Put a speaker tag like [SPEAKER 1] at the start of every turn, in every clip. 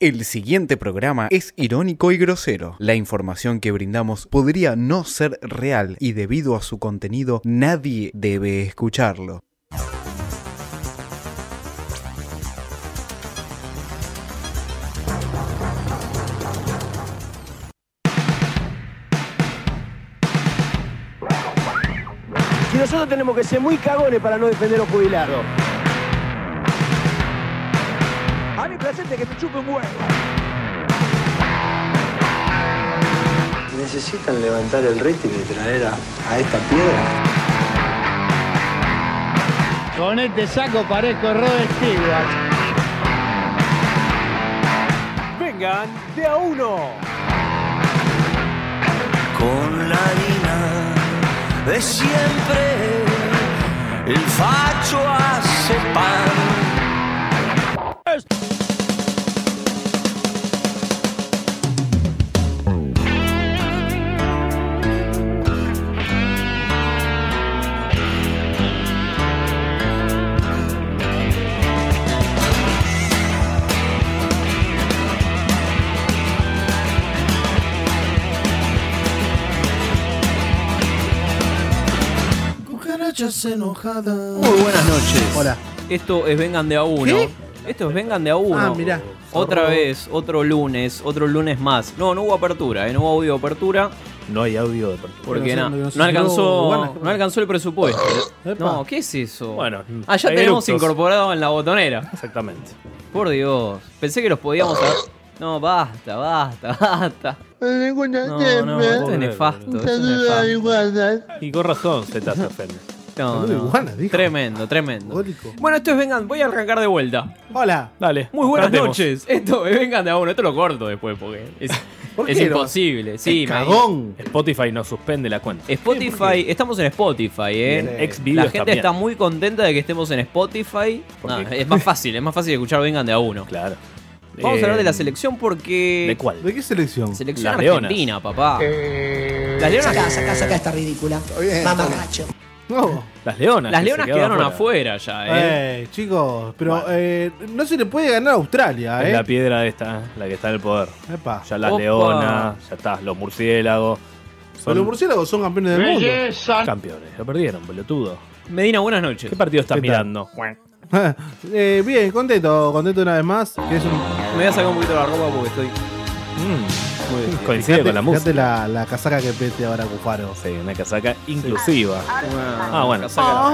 [SPEAKER 1] El siguiente programa es irónico y grosero. La información que brindamos podría no ser real y debido a su contenido nadie debe escucharlo.
[SPEAKER 2] Y nosotros tenemos que ser muy cagones para no defender a los jubilados. A mí placente que te chupe un huevo.
[SPEAKER 3] Necesitan levantar el rating y traer a, a esta piedra.
[SPEAKER 4] Con este saco parezco Robert Stewart.
[SPEAKER 2] Vengan de a uno.
[SPEAKER 5] con la harina de siempre. El facho hace pan.
[SPEAKER 6] Muy buenas noches. Hola. Esto es Vengan de a uno. Esto es Vengan de a uno.
[SPEAKER 7] Ah, mirá.
[SPEAKER 6] Otra vez, otro lunes, otro lunes más. No, no hubo apertura, ¿eh? no hubo audio de apertura
[SPEAKER 8] No hay audio de apertura.
[SPEAKER 6] porque
[SPEAKER 7] Pero
[SPEAKER 6] no,
[SPEAKER 7] no-
[SPEAKER 6] no,
[SPEAKER 7] no salió
[SPEAKER 6] alcanzó,
[SPEAKER 7] Warner.
[SPEAKER 6] no alcanzó el presupuesto.
[SPEAKER 7] Epa.
[SPEAKER 6] No, ¿qué es eso?
[SPEAKER 8] Bueno,
[SPEAKER 6] ah, ya
[SPEAKER 8] hay
[SPEAKER 6] tenemos
[SPEAKER 8] eructos.
[SPEAKER 6] incorporado en la botonera.
[SPEAKER 8] Exactamente.
[SPEAKER 6] Por Dios, pensé que los podíamos haber- No, basta, basta, basta. No, no, esto es nefasto. Esto es nefasto.
[SPEAKER 8] Y con razón se te hace ofender.
[SPEAKER 6] No,
[SPEAKER 7] Saludo
[SPEAKER 6] no.
[SPEAKER 7] iguana, dijo.
[SPEAKER 6] Tremendo, tremendo.
[SPEAKER 7] Gólico.
[SPEAKER 6] Bueno, esto es vengan, voy a arrancar de vuelta.
[SPEAKER 7] Hola.
[SPEAKER 8] Dale.
[SPEAKER 6] Muy buenas
[SPEAKER 8] cantemos.
[SPEAKER 6] noches. Esto, eh, vengan de a uno, esto lo corto después porque es,
[SPEAKER 7] ¿Por
[SPEAKER 6] es
[SPEAKER 7] qué lo-
[SPEAKER 6] imposible. Sí, me-
[SPEAKER 7] Cagón.
[SPEAKER 8] Spotify nos suspende la cuenta.
[SPEAKER 6] Spotify, estamos en Spotify, eh.
[SPEAKER 8] en
[SPEAKER 6] La
[SPEAKER 8] Xvideos
[SPEAKER 6] gente
[SPEAKER 8] también.
[SPEAKER 6] está muy contenta de que estemos en Spotify.
[SPEAKER 8] Porque-
[SPEAKER 6] No, es más fácil, es más fácil escuchar Vengan de a uno.
[SPEAKER 8] Claro.
[SPEAKER 6] Vamos a hablar de la
[SPEAKER 8] selección.
[SPEAKER 6] selección porque.
[SPEAKER 8] Eh, ¿De cuál?
[SPEAKER 7] ¿De qué selección? Eh,
[SPEAKER 6] Selección
[SPEAKER 8] Las
[SPEAKER 6] argentina, papá. Las leonas,
[SPEAKER 9] Sacá, sacá, sacá esta ridícula. Mamarracho.
[SPEAKER 7] No.
[SPEAKER 8] Las leonas.
[SPEAKER 6] las
[SPEAKER 8] que se
[SPEAKER 6] leonas
[SPEAKER 8] quedaron
[SPEAKER 6] quedaron afuera, ya, eh.
[SPEAKER 7] Eh, chicos, pero eh, no se le puede ganar a Australia,
[SPEAKER 8] En
[SPEAKER 7] ¿eh?
[SPEAKER 8] la piedra esta, la que está en el poder.
[SPEAKER 7] Epa.
[SPEAKER 8] Ya las
[SPEAKER 6] Opa.
[SPEAKER 8] leonas, ya está, los murciélagos.
[SPEAKER 7] Pero
[SPEAKER 8] Son
[SPEAKER 7] los murciélagos son campeones del mundo.
[SPEAKER 8] campeones. Lo perdieron, pelotudo.
[SPEAKER 6] Medina, buenas noches.
[SPEAKER 8] ¿Qué partido estás
[SPEAKER 7] ¿Qué tal?
[SPEAKER 8] mirando?
[SPEAKER 7] Eh, bien, contento, contento una vez más. Que es un,
[SPEAKER 6] Me voy a sacar un poquito la ropa porque estoy.
[SPEAKER 8] Mm,
[SPEAKER 6] Muy bien.
[SPEAKER 8] Coincide con la música.
[SPEAKER 7] fíjate la, la casaca que pete ahora Cufaro.
[SPEAKER 8] Sí, una casaca inclusiva.
[SPEAKER 6] Una-
[SPEAKER 8] Ah, bueno.
[SPEAKER 6] casaca,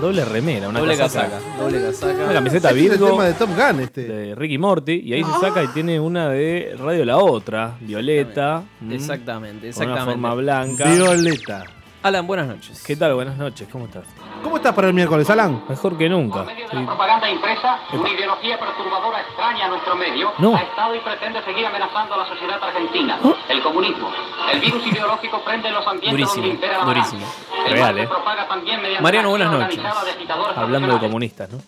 [SPEAKER 8] Doble remera, una
[SPEAKER 6] doble
[SPEAKER 8] casaca.
[SPEAKER 6] casaca. Doble casaca.
[SPEAKER 8] Una camiseta
[SPEAKER 7] Oh. Este es el
[SPEAKER 8] Virgo.
[SPEAKER 7] tema de Top Gun este.
[SPEAKER 8] de Ricky Morty y ahí
[SPEAKER 6] Oh.
[SPEAKER 8] se saca y tiene una de Radio La Otra, Violeta, mm,
[SPEAKER 6] Exactamente,
[SPEAKER 8] con una
[SPEAKER 6] exactamente.
[SPEAKER 8] forma blanca.
[SPEAKER 7] Violeta.
[SPEAKER 6] Alan, buenas noches.
[SPEAKER 8] ¿Qué tal? Buenas noches, ¿cómo estás?
[SPEAKER 7] ¿Cómo estás para el miércoles, Alan?
[SPEAKER 8] Mejor que nunca.
[SPEAKER 10] medio de
[SPEAKER 8] Sí.
[SPEAKER 10] la propaganda impresa, una ideología perturbadora extraña a nuestro medio
[SPEAKER 8] No.
[SPEAKER 10] ha estado y pretende seguir amenazando a la sociedad argentina.
[SPEAKER 6] ¿Oh?
[SPEAKER 10] El comunismo, el virus ideológico prende en los ambientes
[SPEAKER 6] Durísimo,
[SPEAKER 10] donde impera la maldad.
[SPEAKER 6] durísimo.
[SPEAKER 10] El mal
[SPEAKER 8] Real,
[SPEAKER 10] se
[SPEAKER 8] eh.
[SPEAKER 10] propaga también mediante
[SPEAKER 6] Mariano,
[SPEAKER 10] la
[SPEAKER 6] buenas
[SPEAKER 10] acción
[SPEAKER 6] noches.
[SPEAKER 10] organizada de agitadores
[SPEAKER 8] Hablando de
[SPEAKER 10] nacionales.
[SPEAKER 8] comunistas, ¿no?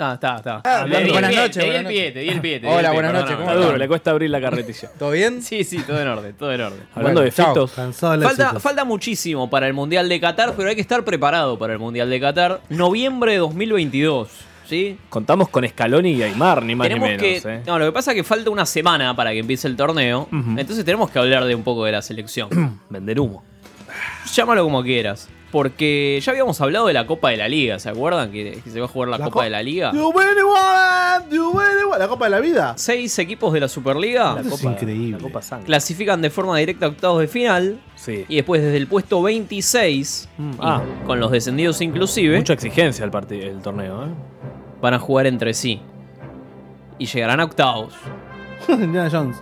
[SPEAKER 6] Ah, está, está.
[SPEAKER 7] hablando-
[SPEAKER 6] Le di el
[SPEAKER 7] Buenas
[SPEAKER 6] pie,
[SPEAKER 7] noches,
[SPEAKER 6] le di
[SPEAKER 7] buenas
[SPEAKER 6] el
[SPEAKER 7] noches.
[SPEAKER 6] pie, te di el pie, te di el
[SPEAKER 1] Hola,
[SPEAKER 6] pie,
[SPEAKER 1] buenas
[SPEAKER 6] perdóname,
[SPEAKER 1] noches,
[SPEAKER 8] Está
[SPEAKER 1] ¿cómo
[SPEAKER 8] duro,
[SPEAKER 1] están?
[SPEAKER 8] le cuesta abrir la carretilla.
[SPEAKER 1] ¿Todo bien?
[SPEAKER 6] Sí, sí, todo en orden, todo en orden.
[SPEAKER 1] Bueno,
[SPEAKER 8] Hablando de
[SPEAKER 1] chao.
[SPEAKER 8] fitos,
[SPEAKER 7] Cansado de la
[SPEAKER 6] Falta,
[SPEAKER 7] éxito.
[SPEAKER 6] falta muchísimo para el Mundial de Qatar, pero hay que estar preparado para el Mundial de Qatar. Noviembre de 2022, ¿sí?
[SPEAKER 8] contamos con Scaloni y Aymar, ni más
[SPEAKER 6] tenemos
[SPEAKER 8] ni menos.
[SPEAKER 6] que.
[SPEAKER 8] eh.
[SPEAKER 6] No, lo que pasa es que falta una semana para que empiece el torneo.
[SPEAKER 8] Ujú.
[SPEAKER 6] Entonces tenemos que hablar de un poco de la selección.
[SPEAKER 8] Vender humo.
[SPEAKER 6] Llámalo como quieras. Porque ya habíamos hablado de la Copa de la Liga, ¿se acuerdan? Que, que se va a jugar la, Copa
[SPEAKER 7] co-
[SPEAKER 6] de la
[SPEAKER 8] Ah.
[SPEAKER 6] Liga.
[SPEAKER 7] You win it, woman, you win it, woman. La Copa de la Vida.
[SPEAKER 6] Seis equipos de la Superliga
[SPEAKER 7] Eso es increíble.
[SPEAKER 8] La copa sangre.
[SPEAKER 6] clasifican de forma directa a octavos de final.
[SPEAKER 8] Sí.
[SPEAKER 6] Y después desde el puesto 26,
[SPEAKER 8] Mm,
[SPEAKER 6] y
[SPEAKER 8] ah.
[SPEAKER 6] con los descendidos inclusive,
[SPEAKER 8] Mucha exigencia el, partido, el torneo, ¿eh?
[SPEAKER 6] van a jugar entre sí. Y llegarán a octavos.
[SPEAKER 7] Indiana Jones.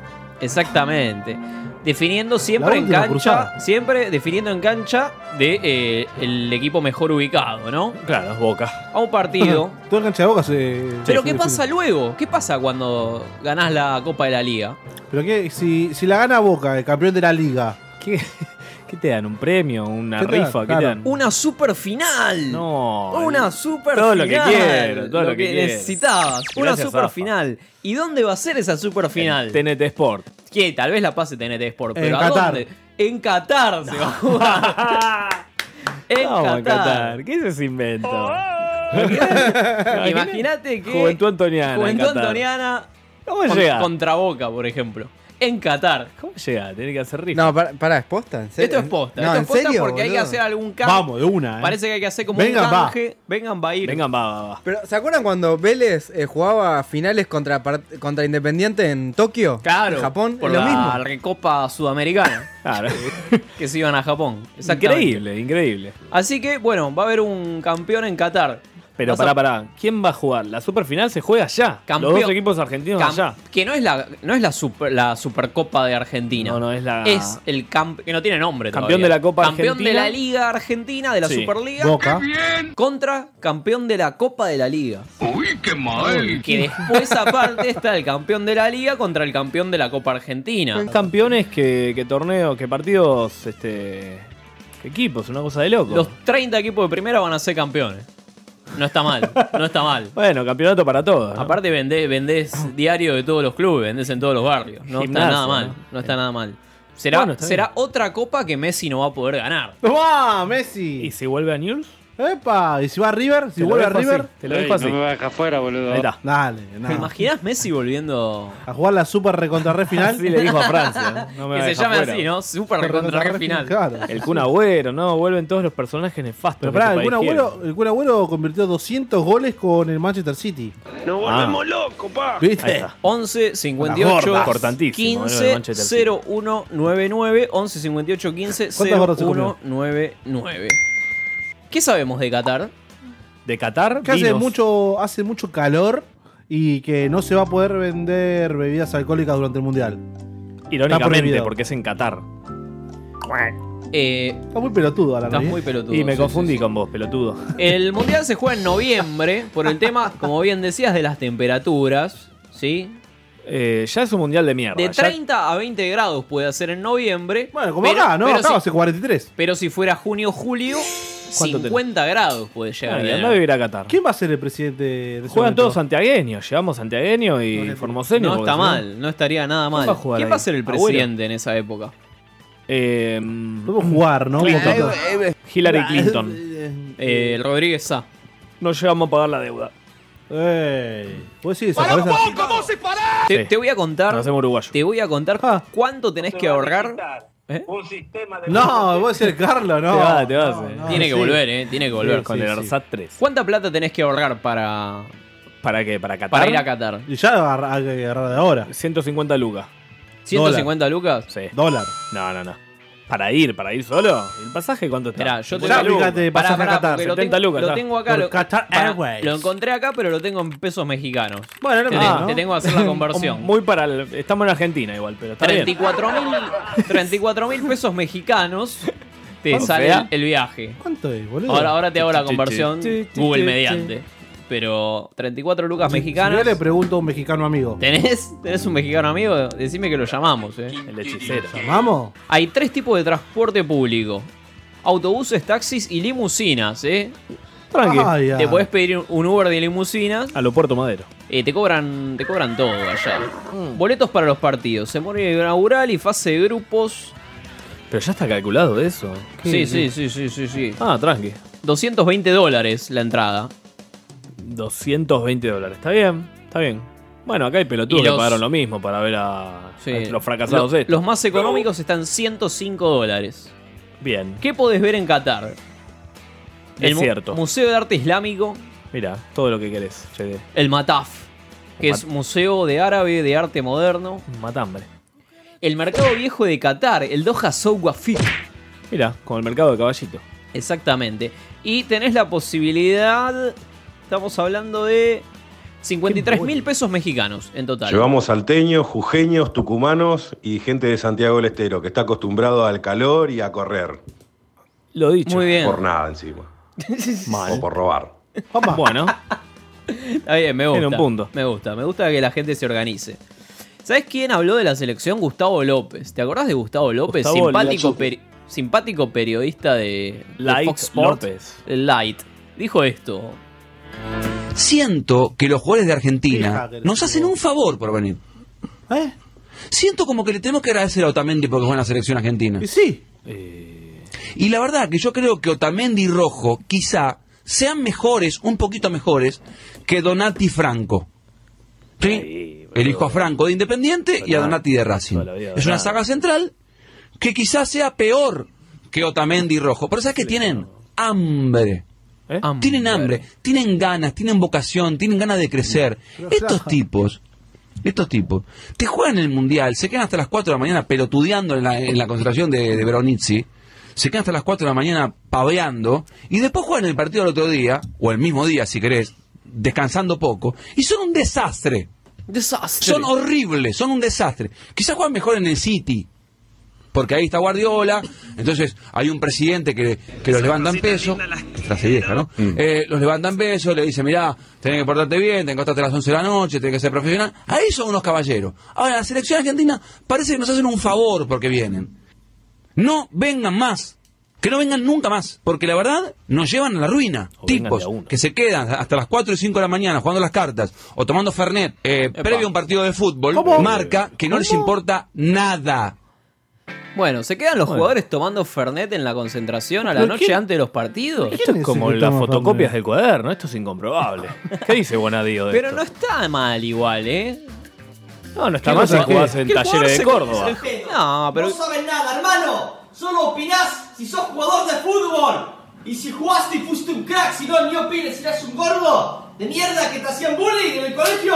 [SPEAKER 6] Exactamente. Definiendo
[SPEAKER 7] La
[SPEAKER 6] siempre en
[SPEAKER 7] última
[SPEAKER 6] cancha.
[SPEAKER 7] cruzada.
[SPEAKER 6] Siempre definiendo en cancha de eh, el equipo mejor ubicado, ¿no?
[SPEAKER 8] Claro, es Boca.
[SPEAKER 6] A un partido.
[SPEAKER 7] Todo el cancha de boca se.
[SPEAKER 6] Pero
[SPEAKER 7] se-
[SPEAKER 6] ¿qué
[SPEAKER 7] se-
[SPEAKER 6] pasa luego? ¿Qué pasa cuando ganás la Copa de la Liga?
[SPEAKER 7] Pero que si, si la gana Boca, el campeón de la liga.
[SPEAKER 8] ¿Qué, qué te dan? ¿Un premio? ¿Una
[SPEAKER 7] ¿Qué te dan?
[SPEAKER 8] rifa? ¿Qué te
[SPEAKER 7] Claro.
[SPEAKER 8] dan?
[SPEAKER 6] Una super final.
[SPEAKER 8] No.
[SPEAKER 6] Una super
[SPEAKER 8] Todo
[SPEAKER 6] final.
[SPEAKER 8] lo que quiero, todo lo que quiero.
[SPEAKER 6] necesitabas. una
[SPEAKER 8] Gracias,
[SPEAKER 6] super
[SPEAKER 8] Rafa.
[SPEAKER 6] final. ¿Y dónde va a ser esa super final?
[SPEAKER 8] TNT Sport.
[SPEAKER 6] Que tal vez la pase TNT Sport,
[SPEAKER 7] En
[SPEAKER 6] pero ¿a
[SPEAKER 7] Qatar.
[SPEAKER 6] dónde? En Qatar se va a jugar. en
[SPEAKER 8] Vamos a
[SPEAKER 6] Qatar.
[SPEAKER 8] Qatar. ¿Qué es ese invento?
[SPEAKER 6] Oh, Imagínate que
[SPEAKER 8] Juventud Antoniana. en
[SPEAKER 6] Juventud
[SPEAKER 8] Qatar.
[SPEAKER 6] Antoniana
[SPEAKER 8] ¿Cómo
[SPEAKER 6] Con-
[SPEAKER 8] llega?
[SPEAKER 6] contra Boca, por ejemplo. En Qatar.
[SPEAKER 8] ¿Cómo llega? Tiene que hacer rifa.
[SPEAKER 11] No, para, pará, ¿es posta? ¿En serio?
[SPEAKER 6] Esto es posta.
[SPEAKER 11] No,
[SPEAKER 6] esto
[SPEAKER 11] ¿en
[SPEAKER 6] es posta
[SPEAKER 11] serio,
[SPEAKER 6] porque hay que
[SPEAKER 11] boludo?
[SPEAKER 6] hacer algún canje.
[SPEAKER 7] Vamos, de una. eh.
[SPEAKER 6] Parece que hay que hacer como
[SPEAKER 7] Vengan,
[SPEAKER 6] un
[SPEAKER 7] va.
[SPEAKER 6] canje. Vengan, va a ir.
[SPEAKER 8] Vengan, va, va, va.
[SPEAKER 11] Pero, ¿se acuerdan cuando Vélez eh, jugaba finales contra, part- contra Independiente en Tokio?
[SPEAKER 6] Claro.
[SPEAKER 11] En Japón,
[SPEAKER 6] Por
[SPEAKER 11] lo
[SPEAKER 6] la
[SPEAKER 11] mismo.
[SPEAKER 6] recopa sudamericana.
[SPEAKER 8] Claro.
[SPEAKER 6] que se iban a Japón. Exactamente.
[SPEAKER 8] increíble, increíble.
[SPEAKER 6] Así que, bueno, va a haber un campeón en Qatar.
[SPEAKER 8] Pero
[SPEAKER 6] Vas a-
[SPEAKER 8] pará, pará. ¿Quién va a jugar? La superfinal se juega allá.
[SPEAKER 6] Campeón-
[SPEAKER 8] Los dos equipos argentinos
[SPEAKER 6] Cam-
[SPEAKER 8] allá.
[SPEAKER 6] Que no es la, no es la, super- la Supercopa de Argentina.
[SPEAKER 8] No, no, es la-
[SPEAKER 6] Es el campeón. Que no tiene nombre.
[SPEAKER 8] Campeón
[SPEAKER 6] todavía.
[SPEAKER 8] de la Copa
[SPEAKER 6] Campeón
[SPEAKER 8] Argentina.
[SPEAKER 6] de la Liga Argentina, de la
[SPEAKER 8] Sí.
[SPEAKER 6] Superliga.
[SPEAKER 7] Boca.
[SPEAKER 6] Contra campeón de la Copa de la Liga. Uy, qué mal. Que después, aparte, está el campeón de la Liga contra el campeón de la Copa Argentina.
[SPEAKER 8] Son campeones que, que torneos, que partidos, este. Que equipos, una cosa de loco.
[SPEAKER 6] Los 30 equipos de primera van a ser campeones. No está mal, no está mal.
[SPEAKER 8] Bueno, campeonato para todos. ¿no?
[SPEAKER 6] Aparte vendés, vendés diario de todos los clubes, vendés en todos los barrios. No
[SPEAKER 8] Gimnasia,
[SPEAKER 6] está nada mal,
[SPEAKER 8] ¿no?
[SPEAKER 6] no, está nada mal. Será,
[SPEAKER 8] Bueno, está bien.
[SPEAKER 6] será otra copa que Messi no va a poder ganar.
[SPEAKER 7] ¡Toma,
[SPEAKER 8] ¿Y
[SPEAKER 7] Messi!
[SPEAKER 8] si vuelve a News?
[SPEAKER 7] ¡Epa! ¿Y si va a River? ¿Si
[SPEAKER 8] Te lo
[SPEAKER 7] vuelve a
[SPEAKER 8] dejo así,
[SPEAKER 7] River?
[SPEAKER 8] Te lo dejo así.
[SPEAKER 9] me deja afuera, boludo.
[SPEAKER 8] Ahí está.
[SPEAKER 7] Dale, nada.
[SPEAKER 6] ¿Te imaginas Messi volviendo?
[SPEAKER 7] A jugar la super recontra re final.
[SPEAKER 8] Así le dijo a Francia. No me
[SPEAKER 6] que se
[SPEAKER 8] deja
[SPEAKER 6] llame
[SPEAKER 8] fuera.
[SPEAKER 6] así, ¿no? Super
[SPEAKER 7] Recontra
[SPEAKER 6] contra
[SPEAKER 7] re
[SPEAKER 6] re final.
[SPEAKER 7] Claro.
[SPEAKER 8] El Kun Agüero, ¿no? Vuelven todos los personajes nefastos.
[SPEAKER 7] Pero
[SPEAKER 8] que
[SPEAKER 7] pará, el
[SPEAKER 8] este
[SPEAKER 7] Kun,
[SPEAKER 8] país quiere.
[SPEAKER 7] Agüero, el Kun Agüero convirtió 200 goles con el Manchester City.
[SPEAKER 12] Nos
[SPEAKER 6] Ah.
[SPEAKER 8] volvemos
[SPEAKER 12] locos, pa.
[SPEAKER 8] Ahí
[SPEAKER 7] ¿Viste?
[SPEAKER 8] está.
[SPEAKER 6] 11 58
[SPEAKER 8] gordas. Cortantísimo, boludo, de
[SPEAKER 6] 15
[SPEAKER 8] Manchester City.
[SPEAKER 6] 0199 11 58 15
[SPEAKER 7] ¿Cuántas gordas se comió?
[SPEAKER 6] 0199 ¿Qué sabemos de Qatar?
[SPEAKER 8] De Qatar,
[SPEAKER 7] Que hace
[SPEAKER 8] vinos.
[SPEAKER 7] mucho, hace mucho calor y que no se va a poder vender bebidas alcohólicas durante el mundial. Está
[SPEAKER 8] Irónicamente,
[SPEAKER 7] prohibido.
[SPEAKER 8] porque es en Qatar.
[SPEAKER 6] Eh,
[SPEAKER 7] Está muy pelotudo ahora.
[SPEAKER 6] estás
[SPEAKER 7] ¿no?
[SPEAKER 6] muy pelotudo.
[SPEAKER 8] Y me
[SPEAKER 6] sí,
[SPEAKER 8] confundí
[SPEAKER 6] sí, sí.
[SPEAKER 8] con vos, pelotudo.
[SPEAKER 6] El mundial se juega en noviembre por el tema, como bien decías, de las temperaturas. ¿Sí?
[SPEAKER 8] Eh, ya es un mundial de mierda.
[SPEAKER 6] De
[SPEAKER 8] ya-
[SPEAKER 6] 30 a 20 grados puede hacer en noviembre.
[SPEAKER 7] Bueno, como acá, ¿no?
[SPEAKER 6] Pero,
[SPEAKER 7] acá
[SPEAKER 6] si,
[SPEAKER 7] hace 43.
[SPEAKER 6] pero si fuera junio julio,
[SPEAKER 8] ¿Cuánto
[SPEAKER 6] 50 grados puede llegar. a
[SPEAKER 8] Ay,
[SPEAKER 6] tener.
[SPEAKER 8] andá a vivir a Qatar.
[SPEAKER 7] ¿Quién va a ser el presidente de ese
[SPEAKER 8] Juegan
[SPEAKER 7] momento?
[SPEAKER 8] todos santiagueños. Llevamos santiagueños y formoseños.
[SPEAKER 6] no
[SPEAKER 8] porque
[SPEAKER 6] está
[SPEAKER 8] si no-
[SPEAKER 6] mal, no estaría nada mal.
[SPEAKER 8] ¿eh? va a jugar
[SPEAKER 6] ¿Quién va a
[SPEAKER 8] ahí?
[SPEAKER 6] ser el
[SPEAKER 8] Agüero.
[SPEAKER 6] presidente en esa época?
[SPEAKER 8] Eh,
[SPEAKER 7] Podemos jugar, ¿no?
[SPEAKER 8] Clinton.
[SPEAKER 7] Como todos.
[SPEAKER 8] Hillary Clinton.
[SPEAKER 6] Ah, Eh, el Rodríguez Sá.
[SPEAKER 8] No llegamos a pagar la deuda.
[SPEAKER 7] Ey, ¿Vos decís esa cabeza?
[SPEAKER 6] Te,
[SPEAKER 8] Sí.
[SPEAKER 6] te voy a contar.
[SPEAKER 8] Nos hacemos uruguayo.
[SPEAKER 6] Te voy a contar
[SPEAKER 7] Ah.
[SPEAKER 6] cuánto tenés que ahorrar. ¿Eh?
[SPEAKER 7] No, vos decís el Carlos, no.
[SPEAKER 8] Te vas, te vas,
[SPEAKER 7] No,
[SPEAKER 8] eh.
[SPEAKER 7] no,
[SPEAKER 6] Tiene que
[SPEAKER 7] sí.
[SPEAKER 6] volver, ¿eh? Tiene que volver.
[SPEAKER 8] Con
[SPEAKER 7] sí,
[SPEAKER 8] el
[SPEAKER 7] sí.
[SPEAKER 8] ARSAT 3.
[SPEAKER 6] ¿Cuánta plata tenés que ahorrar para,
[SPEAKER 8] ¿Para qué? ¿Para Qatar?
[SPEAKER 6] para ir a Qatar?
[SPEAKER 7] Y ya agarra- hay que agarrar de ahora.
[SPEAKER 8] 150 lucas.
[SPEAKER 6] 150 lucas.
[SPEAKER 8] Sí.
[SPEAKER 7] Dólar.
[SPEAKER 8] No, no, no. Para ir, para ir solo. ¿El pasaje cuánto está?
[SPEAKER 6] Esperá, yo te
[SPEAKER 7] Ya fíjate,
[SPEAKER 6] Pará,
[SPEAKER 7] pasaje a
[SPEAKER 6] pará,
[SPEAKER 7] Qatar.
[SPEAKER 6] porque lo
[SPEAKER 8] 70
[SPEAKER 6] tengo,
[SPEAKER 8] lucas,
[SPEAKER 6] lo
[SPEAKER 8] ya.
[SPEAKER 6] tengo acá.
[SPEAKER 7] Por
[SPEAKER 6] Lo,
[SPEAKER 7] Qatar
[SPEAKER 6] pará,
[SPEAKER 7] Airways.
[SPEAKER 6] lo encontré acá, pero lo tengo en pesos mexicanos.
[SPEAKER 7] Bueno, no
[SPEAKER 6] te,
[SPEAKER 7] me
[SPEAKER 6] te-
[SPEAKER 7] digas, ¿no?
[SPEAKER 6] te tengo que hacer la conversión.
[SPEAKER 8] Muy para el- Estamos en Argentina igual, pero está bien.
[SPEAKER 6] 34 mil 34 mil pesos mexicanos te
[SPEAKER 8] ¿Cuánto
[SPEAKER 6] sale
[SPEAKER 8] sea?
[SPEAKER 6] el, el viaje.
[SPEAKER 7] ¿Cuánto es, boludo?
[SPEAKER 6] Ahora, ahora te hago la
[SPEAKER 8] Chi, chi, chi.
[SPEAKER 6] conversión
[SPEAKER 8] Chi, chi,
[SPEAKER 6] Google
[SPEAKER 8] chi,
[SPEAKER 6] mediante. eh, Pero 34 lucas mexicanas.
[SPEAKER 7] Yo le pregunto a un mexicano amigo.
[SPEAKER 6] ¿Tenés, ¿Tenés un mexicano amigo? Decime que lo llamamos. eh.
[SPEAKER 8] El hechicero.
[SPEAKER 7] ¿Vamos?
[SPEAKER 6] Hay tres tipos de transporte público. Autobuses, taxis y limusinas, ¿eh?
[SPEAKER 8] Tranqui.
[SPEAKER 7] Ay, ay.
[SPEAKER 6] Te podés pedir un Uber de limusinas.
[SPEAKER 8] A lo Puerto Madero.
[SPEAKER 6] Eh, te cobran te cobran todo allá. Boletos para los partidos, ceremonia inaugural y fase de grupos.
[SPEAKER 8] Pero ya está calculado eso.
[SPEAKER 6] Sí, sí, sí, sí, sí, sí.
[SPEAKER 8] Ah, tranqui.
[SPEAKER 6] 220 dólares la entrada.
[SPEAKER 8] 220 dólares. Está bien, está bien. Bueno, acá hay pelotudos
[SPEAKER 6] Y
[SPEAKER 8] que
[SPEAKER 6] los-
[SPEAKER 8] pagaron lo mismo para ver a,
[SPEAKER 6] Sí.
[SPEAKER 8] a los fracasados
[SPEAKER 6] Lo-
[SPEAKER 8] estos.
[SPEAKER 6] Los más económicos están 105 dólares.
[SPEAKER 8] Bien,
[SPEAKER 6] ¿Qué podés ver en Qatar?
[SPEAKER 8] es
[SPEAKER 6] mu-
[SPEAKER 8] cierto.
[SPEAKER 6] Museo de Arte Islámico,
[SPEAKER 8] Mira, todo lo que querés. Che,
[SPEAKER 6] el Mataf, que
[SPEAKER 8] Mat-
[SPEAKER 6] es Museo de Árabe de Arte Moderno.
[SPEAKER 8] matambre.
[SPEAKER 6] El Mercado Viejo de Qatar, el Doha Souq Wafik.
[SPEAKER 8] Mira, con el mercado de caballito.
[SPEAKER 6] Exactamente. Y tenés la posibilidad. Estamos hablando de 53 mil pesos mexicanos en total.
[SPEAKER 13] Llevamos salteños, jujeños, tucumanos y gente de Santiago del Estero que está acostumbrado al calor y a correr.
[SPEAKER 8] Lo dicho.
[SPEAKER 6] Muy bien.
[SPEAKER 13] Por nada encima.
[SPEAKER 8] Mal.
[SPEAKER 13] O por robar.
[SPEAKER 8] Bueno,
[SPEAKER 6] Está bien, me gusta.
[SPEAKER 8] Tiene un punto.
[SPEAKER 6] Me gusta, me gusta que la gente se organice. ¿Sabes quién habló de la selección? Gustavo López. ¿Te acordás de Gustavo López?
[SPEAKER 8] Gustavo
[SPEAKER 6] simpático,
[SPEAKER 8] Lacho.
[SPEAKER 6] peri- simpático periodista de, de
[SPEAKER 8] Light
[SPEAKER 6] Fox Sports.
[SPEAKER 8] López.
[SPEAKER 6] Light. Dijo esto.
[SPEAKER 12] Siento que los jugadores de
[SPEAKER 7] Deja
[SPEAKER 12] Argentina
[SPEAKER 7] que lo
[SPEAKER 12] nos hacen
[SPEAKER 7] digo.
[SPEAKER 12] un favor por venir.
[SPEAKER 7] ¿Eh?
[SPEAKER 12] Siento como que le tenemos que agradecer a Otamendi porque juega en la selección argentina.
[SPEAKER 7] Y sí.
[SPEAKER 8] Eh,
[SPEAKER 12] Y la verdad que yo creo que Otamendi y Rojo quizá sean mejores, un poquito mejores, que Donati y Franco. ¿Sí? Elijo a Franco de Independiente y a Donati de Racing. Es una saga central que quizás sea peor que Otamendi y Rojo. Pero ¿sabes qué tienen? Hambre. Tienen ¿Eh? hambre, tienen ganas, tienen vocación, tienen ganas de crecer. Estos tipos, estos tipos, te juegan el mundial, se quedan hasta las 4 de la mañana pelotudeando en la, en la concentración de, de Veronizzi, se quedan hasta las 4 de la mañana paveando, y después juegan el partido al otro día, o el mismo día si querés, descansando poco, y son un desastre.
[SPEAKER 6] Desastre.
[SPEAKER 12] Son horribles, son un desastre. Quizás juegan mejor en el City, porque ahí está Guardiola, entonces hay un presidente que, que los levanta en peso, frase vieja, ¿no?
[SPEAKER 4] Mm.
[SPEAKER 12] Eh, los levanta en peso, le dice, mirá, tenés que portarte bien, tenés que acostarte a las 11 de la noche, tenés que ser profesional. Ahí son unos caballeros. Ahora, la selección argentina parece que nos hacen un favor porque vienen. No vengan más. Que no vengan nunca más, porque la verdad nos llevan a la ruina. Tipos que se quedan hasta las 4 y 5 de la mañana jugando las cartas o tomando Fernet eh, previo a un partido de fútbol, marca que no les importa nada.
[SPEAKER 6] Bueno, ¿se quedan los
[SPEAKER 12] Bueno.
[SPEAKER 6] jugadores tomando Fernet en la concentración a la
[SPEAKER 12] ¿Pero
[SPEAKER 6] noche
[SPEAKER 12] quién-
[SPEAKER 6] antes de los partidos?
[SPEAKER 8] Esto es como las fotocopias del cuaderno, esto es incomprobable. ¿Qué dice Bonadío de
[SPEAKER 6] Pero
[SPEAKER 8] esto?
[SPEAKER 6] no está mal igual, ¿eh?
[SPEAKER 8] No, no está
[SPEAKER 6] ¿Qué
[SPEAKER 8] mal si
[SPEAKER 6] cosa?
[SPEAKER 8] jugás en
[SPEAKER 6] ¿Qué
[SPEAKER 8] Talleres de
[SPEAKER 6] jugador se-
[SPEAKER 8] Córdoba.
[SPEAKER 6] se- No, pero...
[SPEAKER 14] No sabes nada, hermano. Solo opinás si sos jugador de fútbol. Y si jugaste y fuiste un crack, si no, ni opines, eras un gordo de mierda que te hacían bullying en el colegio.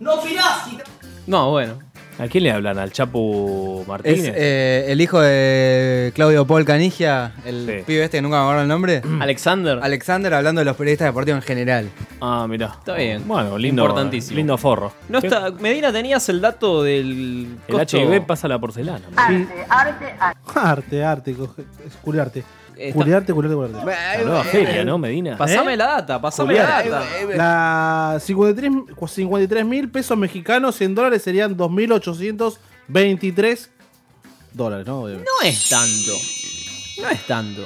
[SPEAKER 14] No opinás si
[SPEAKER 6] No, bueno.
[SPEAKER 8] ¿A quién le hablan? ¿Al Chapu
[SPEAKER 1] Es
[SPEAKER 8] Martínez?
[SPEAKER 1] eh, el hijo de Claudio Paul Canigia, el
[SPEAKER 8] Sí.
[SPEAKER 1] pibe este que nunca me acuerdo el nombre.
[SPEAKER 6] Alexander.
[SPEAKER 1] Alexander hablando de los periodistas deportivos en general.
[SPEAKER 8] Ah, mirá.
[SPEAKER 6] Está bien.
[SPEAKER 8] Bueno, lindo.
[SPEAKER 6] Importantísimo.
[SPEAKER 8] Lindo forro.
[SPEAKER 6] No está... Medina, tenías el dato del...
[SPEAKER 8] El HIV pasa a la porcelana.
[SPEAKER 15] Este,
[SPEAKER 7] Arte, arte, arte. Arte, arte, coge- es culiarte.
[SPEAKER 6] Está-
[SPEAKER 7] Culiarte, culiarte, culiarte.
[SPEAKER 6] La nueva eh, feria, eh, ¿no,
[SPEAKER 8] Medina?
[SPEAKER 6] Pasame la data, pasame la data.
[SPEAKER 7] La 53 53 mil pesos mexicanos en dólares serían 2.823 dólares, ¿no? Obviamente.
[SPEAKER 6] No es tanto. No es tanto.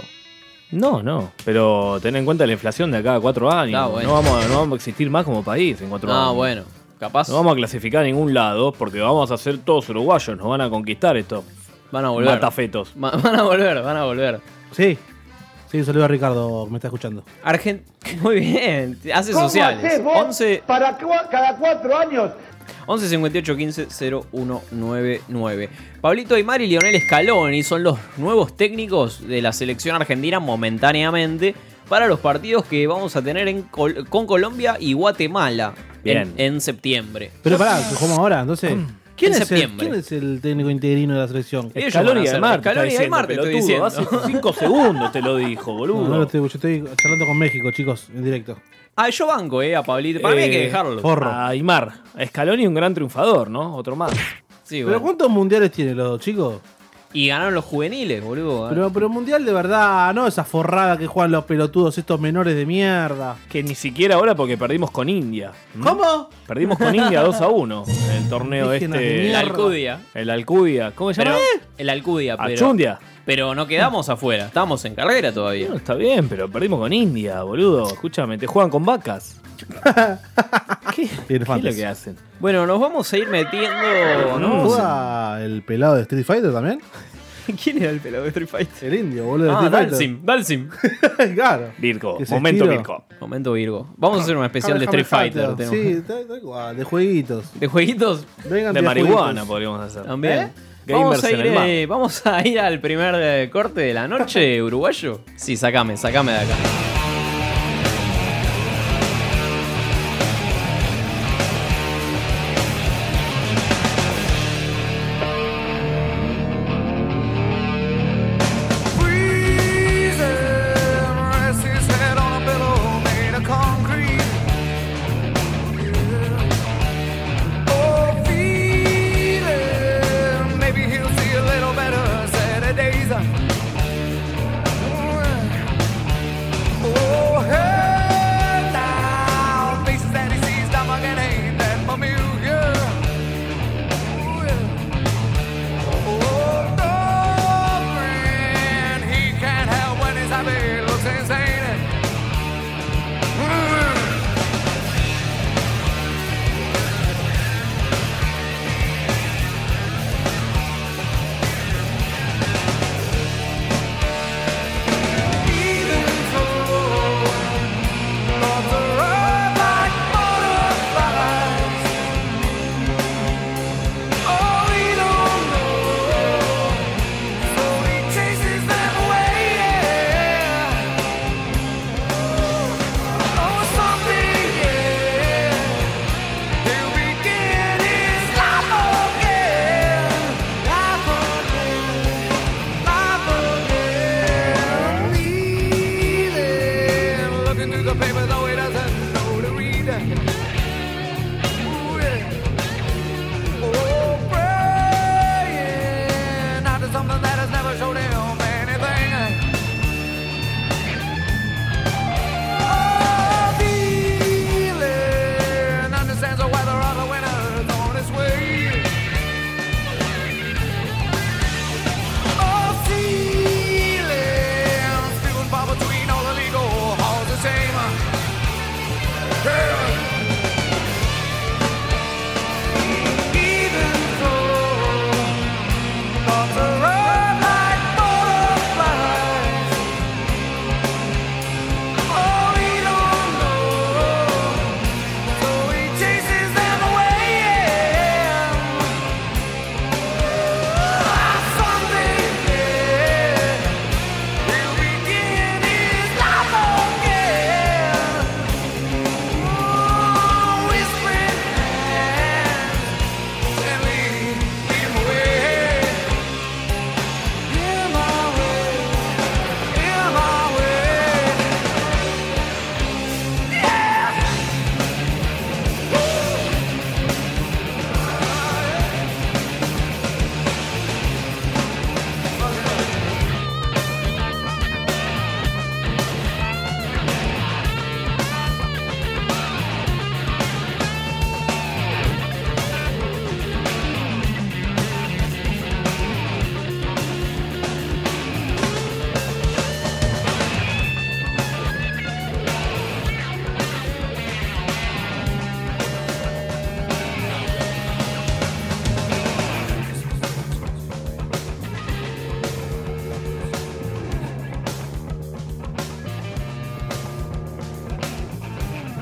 [SPEAKER 8] No, no. Pero ten en cuenta la inflación de acá a cuatro años.
[SPEAKER 6] Ah, bueno.
[SPEAKER 8] no, vamos a, no vamos a existir más como país en cuatro años.
[SPEAKER 6] Ah, bueno. Capaz.
[SPEAKER 8] No vamos a clasificar a ningún lado porque vamos a ser todos uruguayos. Nos van a conquistar esto.
[SPEAKER 6] Van a volver.
[SPEAKER 8] Matafetos.
[SPEAKER 6] Ma- Van a volver, van a volver.
[SPEAKER 7] Sí. Sí, un saludo a Ricardo, que me está escuchando.
[SPEAKER 6] Argen- Muy bien, te hace
[SPEAKER 9] ¿Cómo
[SPEAKER 6] sociales.
[SPEAKER 9] hacés vos
[SPEAKER 6] 11
[SPEAKER 9] para cua- cada cuatro años?
[SPEAKER 6] 11 58 15 0199. Pablito Aymar y Lionel Scaloni son los nuevos técnicos de la selección argentina momentáneamente para los partidos que vamos a tener en Col- con Colombia y Guatemala
[SPEAKER 7] Bien.
[SPEAKER 6] en, en septiembre.
[SPEAKER 7] Pero pará, jugamos ahora, entonces. ¿Quién,
[SPEAKER 6] En
[SPEAKER 7] es el,
[SPEAKER 6] septiembre.
[SPEAKER 7] quién es el técnico interino de la selección?
[SPEAKER 6] Ellos Scaloni van a ser, Aymar, te Scaloni está y Aymar,
[SPEAKER 8] Pelotudo, Hace cinco segundos te lo dijo,
[SPEAKER 7] No, no,
[SPEAKER 8] boludo.
[SPEAKER 7] no, estoy- yo estoy charlando con México, chicos, en directo.
[SPEAKER 6] Ah, yo banco, eh, a Pablito. Para mí hay que
[SPEAKER 8] Eh,
[SPEAKER 6] dejarlo.
[SPEAKER 8] A Aymar. Scaloni un gran triunfador, ¿no? Otro más.
[SPEAKER 6] Sí,
[SPEAKER 7] ¿Pero cuántos mundiales tienen los dos, chicos?
[SPEAKER 6] Y ganaron los juveniles, boludo. eh.
[SPEAKER 7] Pero, pero mundial de verdad, no esa forrada que juegan los pelotudos, estos menores de mierda.
[SPEAKER 8] Que ni siquiera ahora porque perdimos con India. ¿Mm?
[SPEAKER 7] ¿Cómo?
[SPEAKER 8] Perdimos con India 2 a 1 en el torneo
[SPEAKER 6] Dije una
[SPEAKER 8] este.
[SPEAKER 6] El Alcudia.
[SPEAKER 8] El Alcudia. ¿Cómo se
[SPEAKER 6] Pero-
[SPEAKER 8] llama?
[SPEAKER 6] el Alcudia, pero.
[SPEAKER 8] Achundia.
[SPEAKER 6] Pero no quedamos afuera, estamos en carrera todavía.
[SPEAKER 8] Está bien, pero perdimos con India, boludo. Escúchame, te juegan con vacas. ¿Qué es lo que hacen?
[SPEAKER 6] Bueno, nos vamos a ir
[SPEAKER 7] ¿No
[SPEAKER 6] metiendo. ¿no?
[SPEAKER 7] juega el pelado de Street Fighter también?
[SPEAKER 6] ¿Quién era el pelado de Street Fighter?
[SPEAKER 7] El indio, boludo. de
[SPEAKER 6] Ah,
[SPEAKER 7] Street Fighter.
[SPEAKER 6] Dalsim, Dalsim.
[SPEAKER 7] claro.
[SPEAKER 8] Virgo,
[SPEAKER 7] Que se momento estira. Virgo.
[SPEAKER 6] Momento Virgo. Vamos a hacer una especial de
[SPEAKER 7] Hammer
[SPEAKER 6] Street Fighter.
[SPEAKER 7] Sí,
[SPEAKER 6] tenemos.
[SPEAKER 7] da- da igual, de jueguitos.
[SPEAKER 6] ¿De jueguitos?
[SPEAKER 7] Vengan
[SPEAKER 8] De
[SPEAKER 7] tirar
[SPEAKER 8] marihuana
[SPEAKER 7] jueguitos.
[SPEAKER 8] podríamos hacer.
[SPEAKER 6] También.
[SPEAKER 7] ¿Eh?
[SPEAKER 6] Vamos,
[SPEAKER 8] Gamers
[SPEAKER 6] a
[SPEAKER 8] en
[SPEAKER 6] ir,
[SPEAKER 8] el mar.
[SPEAKER 6] eh, vamos a ir al primer eh, corte de la noche, uruguayo. Sí, sacame, sacame de acá.
[SPEAKER 5] Freezing, rests his head on a pillow made of concrete. Yeah. Oh, feeling, maybe he'll see a little Uh, better Saturdays. Oh,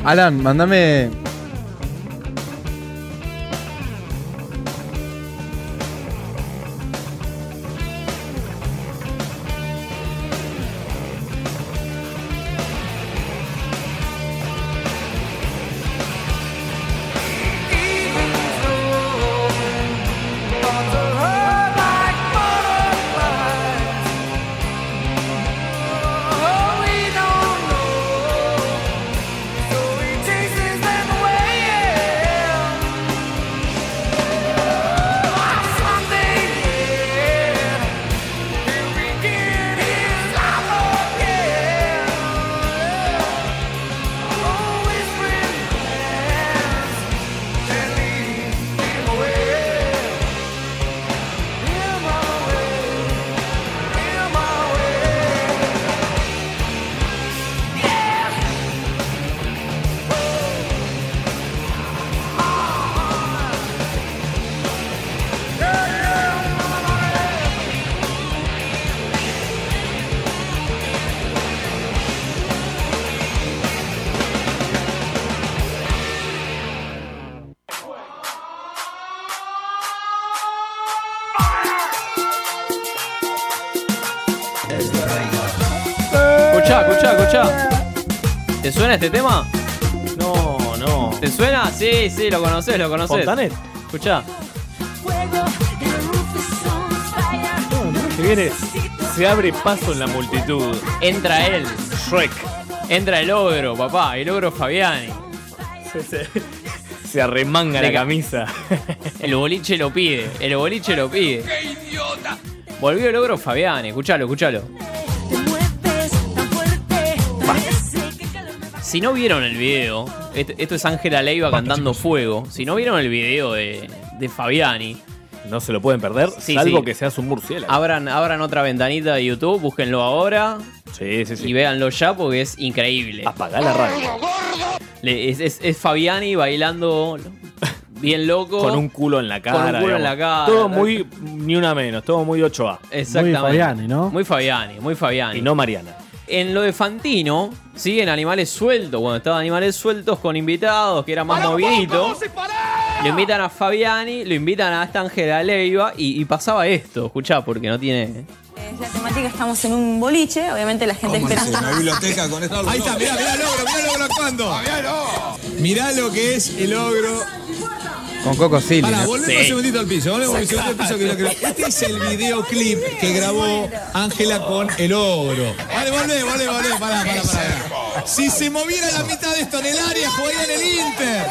[SPEAKER 1] Alan, mandame.
[SPEAKER 6] Escuchá, escuchá, escuchá. ¿Te suena este tema?
[SPEAKER 8] No, no.
[SPEAKER 6] ¿Te suena? Sí, sí, lo conoces, lo conoces.
[SPEAKER 8] ¿Fontanet?
[SPEAKER 6] Escuchá.
[SPEAKER 8] Que viene, se abre paso en la multitud.
[SPEAKER 6] Entra él. Shrek. Entra el ogro, papá. El ogro Fabiani.
[SPEAKER 8] Se arremanga
[SPEAKER 6] Le
[SPEAKER 8] la
[SPEAKER 6] ca-
[SPEAKER 8] camisa.
[SPEAKER 6] El boliche lo pide. El boliche lo pide. ¡Qué idiota! Volvió el ogro Fabiani. Escuchalo, escuchalo. Si no vieron el video, et- esto es Ángela Leiva cantando Fuego. Si no vieron el video de, de Fabiani.
[SPEAKER 8] No se lo pueden perder, salvo que seas un murciélago.
[SPEAKER 6] Abran, abran otra ventanita de YouTube, búsquenlo ahora. Y véanlo ya porque es increíble.
[SPEAKER 8] Apagá la radio.
[SPEAKER 6] Le- es, es- es Fabiani bailando bien loco.
[SPEAKER 8] Con un culo en la cara.
[SPEAKER 6] Con un culo en la
[SPEAKER 8] digamos.
[SPEAKER 6] cara.
[SPEAKER 8] Todo muy, ni una menos, todo muy 8A.
[SPEAKER 6] Exactamente. Muy Fabiani,
[SPEAKER 7] ¿no?
[SPEAKER 6] Muy Fabiani, muy Fabiani.
[SPEAKER 8] Y no Mariana.
[SPEAKER 6] En lo de Fantino, sí, en Animales Sueltos, cuando estaban Animales Sueltos con invitados, que era más movidito. Lo invitan a Fabiani, lo invitan a esta Ángela Leiva y, y pasaba esto, escuchá, porque no tiene...
[SPEAKER 16] Es la temática, estamos en un boliche, obviamente la gente espera.
[SPEAKER 17] biblioteca con esto. Ahí está, mirá, mirá el ogro, mirá el ogro actuando. Mirá lo que es el ogro.
[SPEAKER 1] Con Coco Silly.
[SPEAKER 17] Pará,
[SPEAKER 1] ¿no?
[SPEAKER 17] volvemos un segundito al piso, volvemos un segundito al piso que yo creo- Este es el videoclip que grabó Ángela con el ogro. Vale, volvé, volvé, volvé, pará, pará, pará. Si se moviera la mitad de esto en el área, jugaría en el Inter.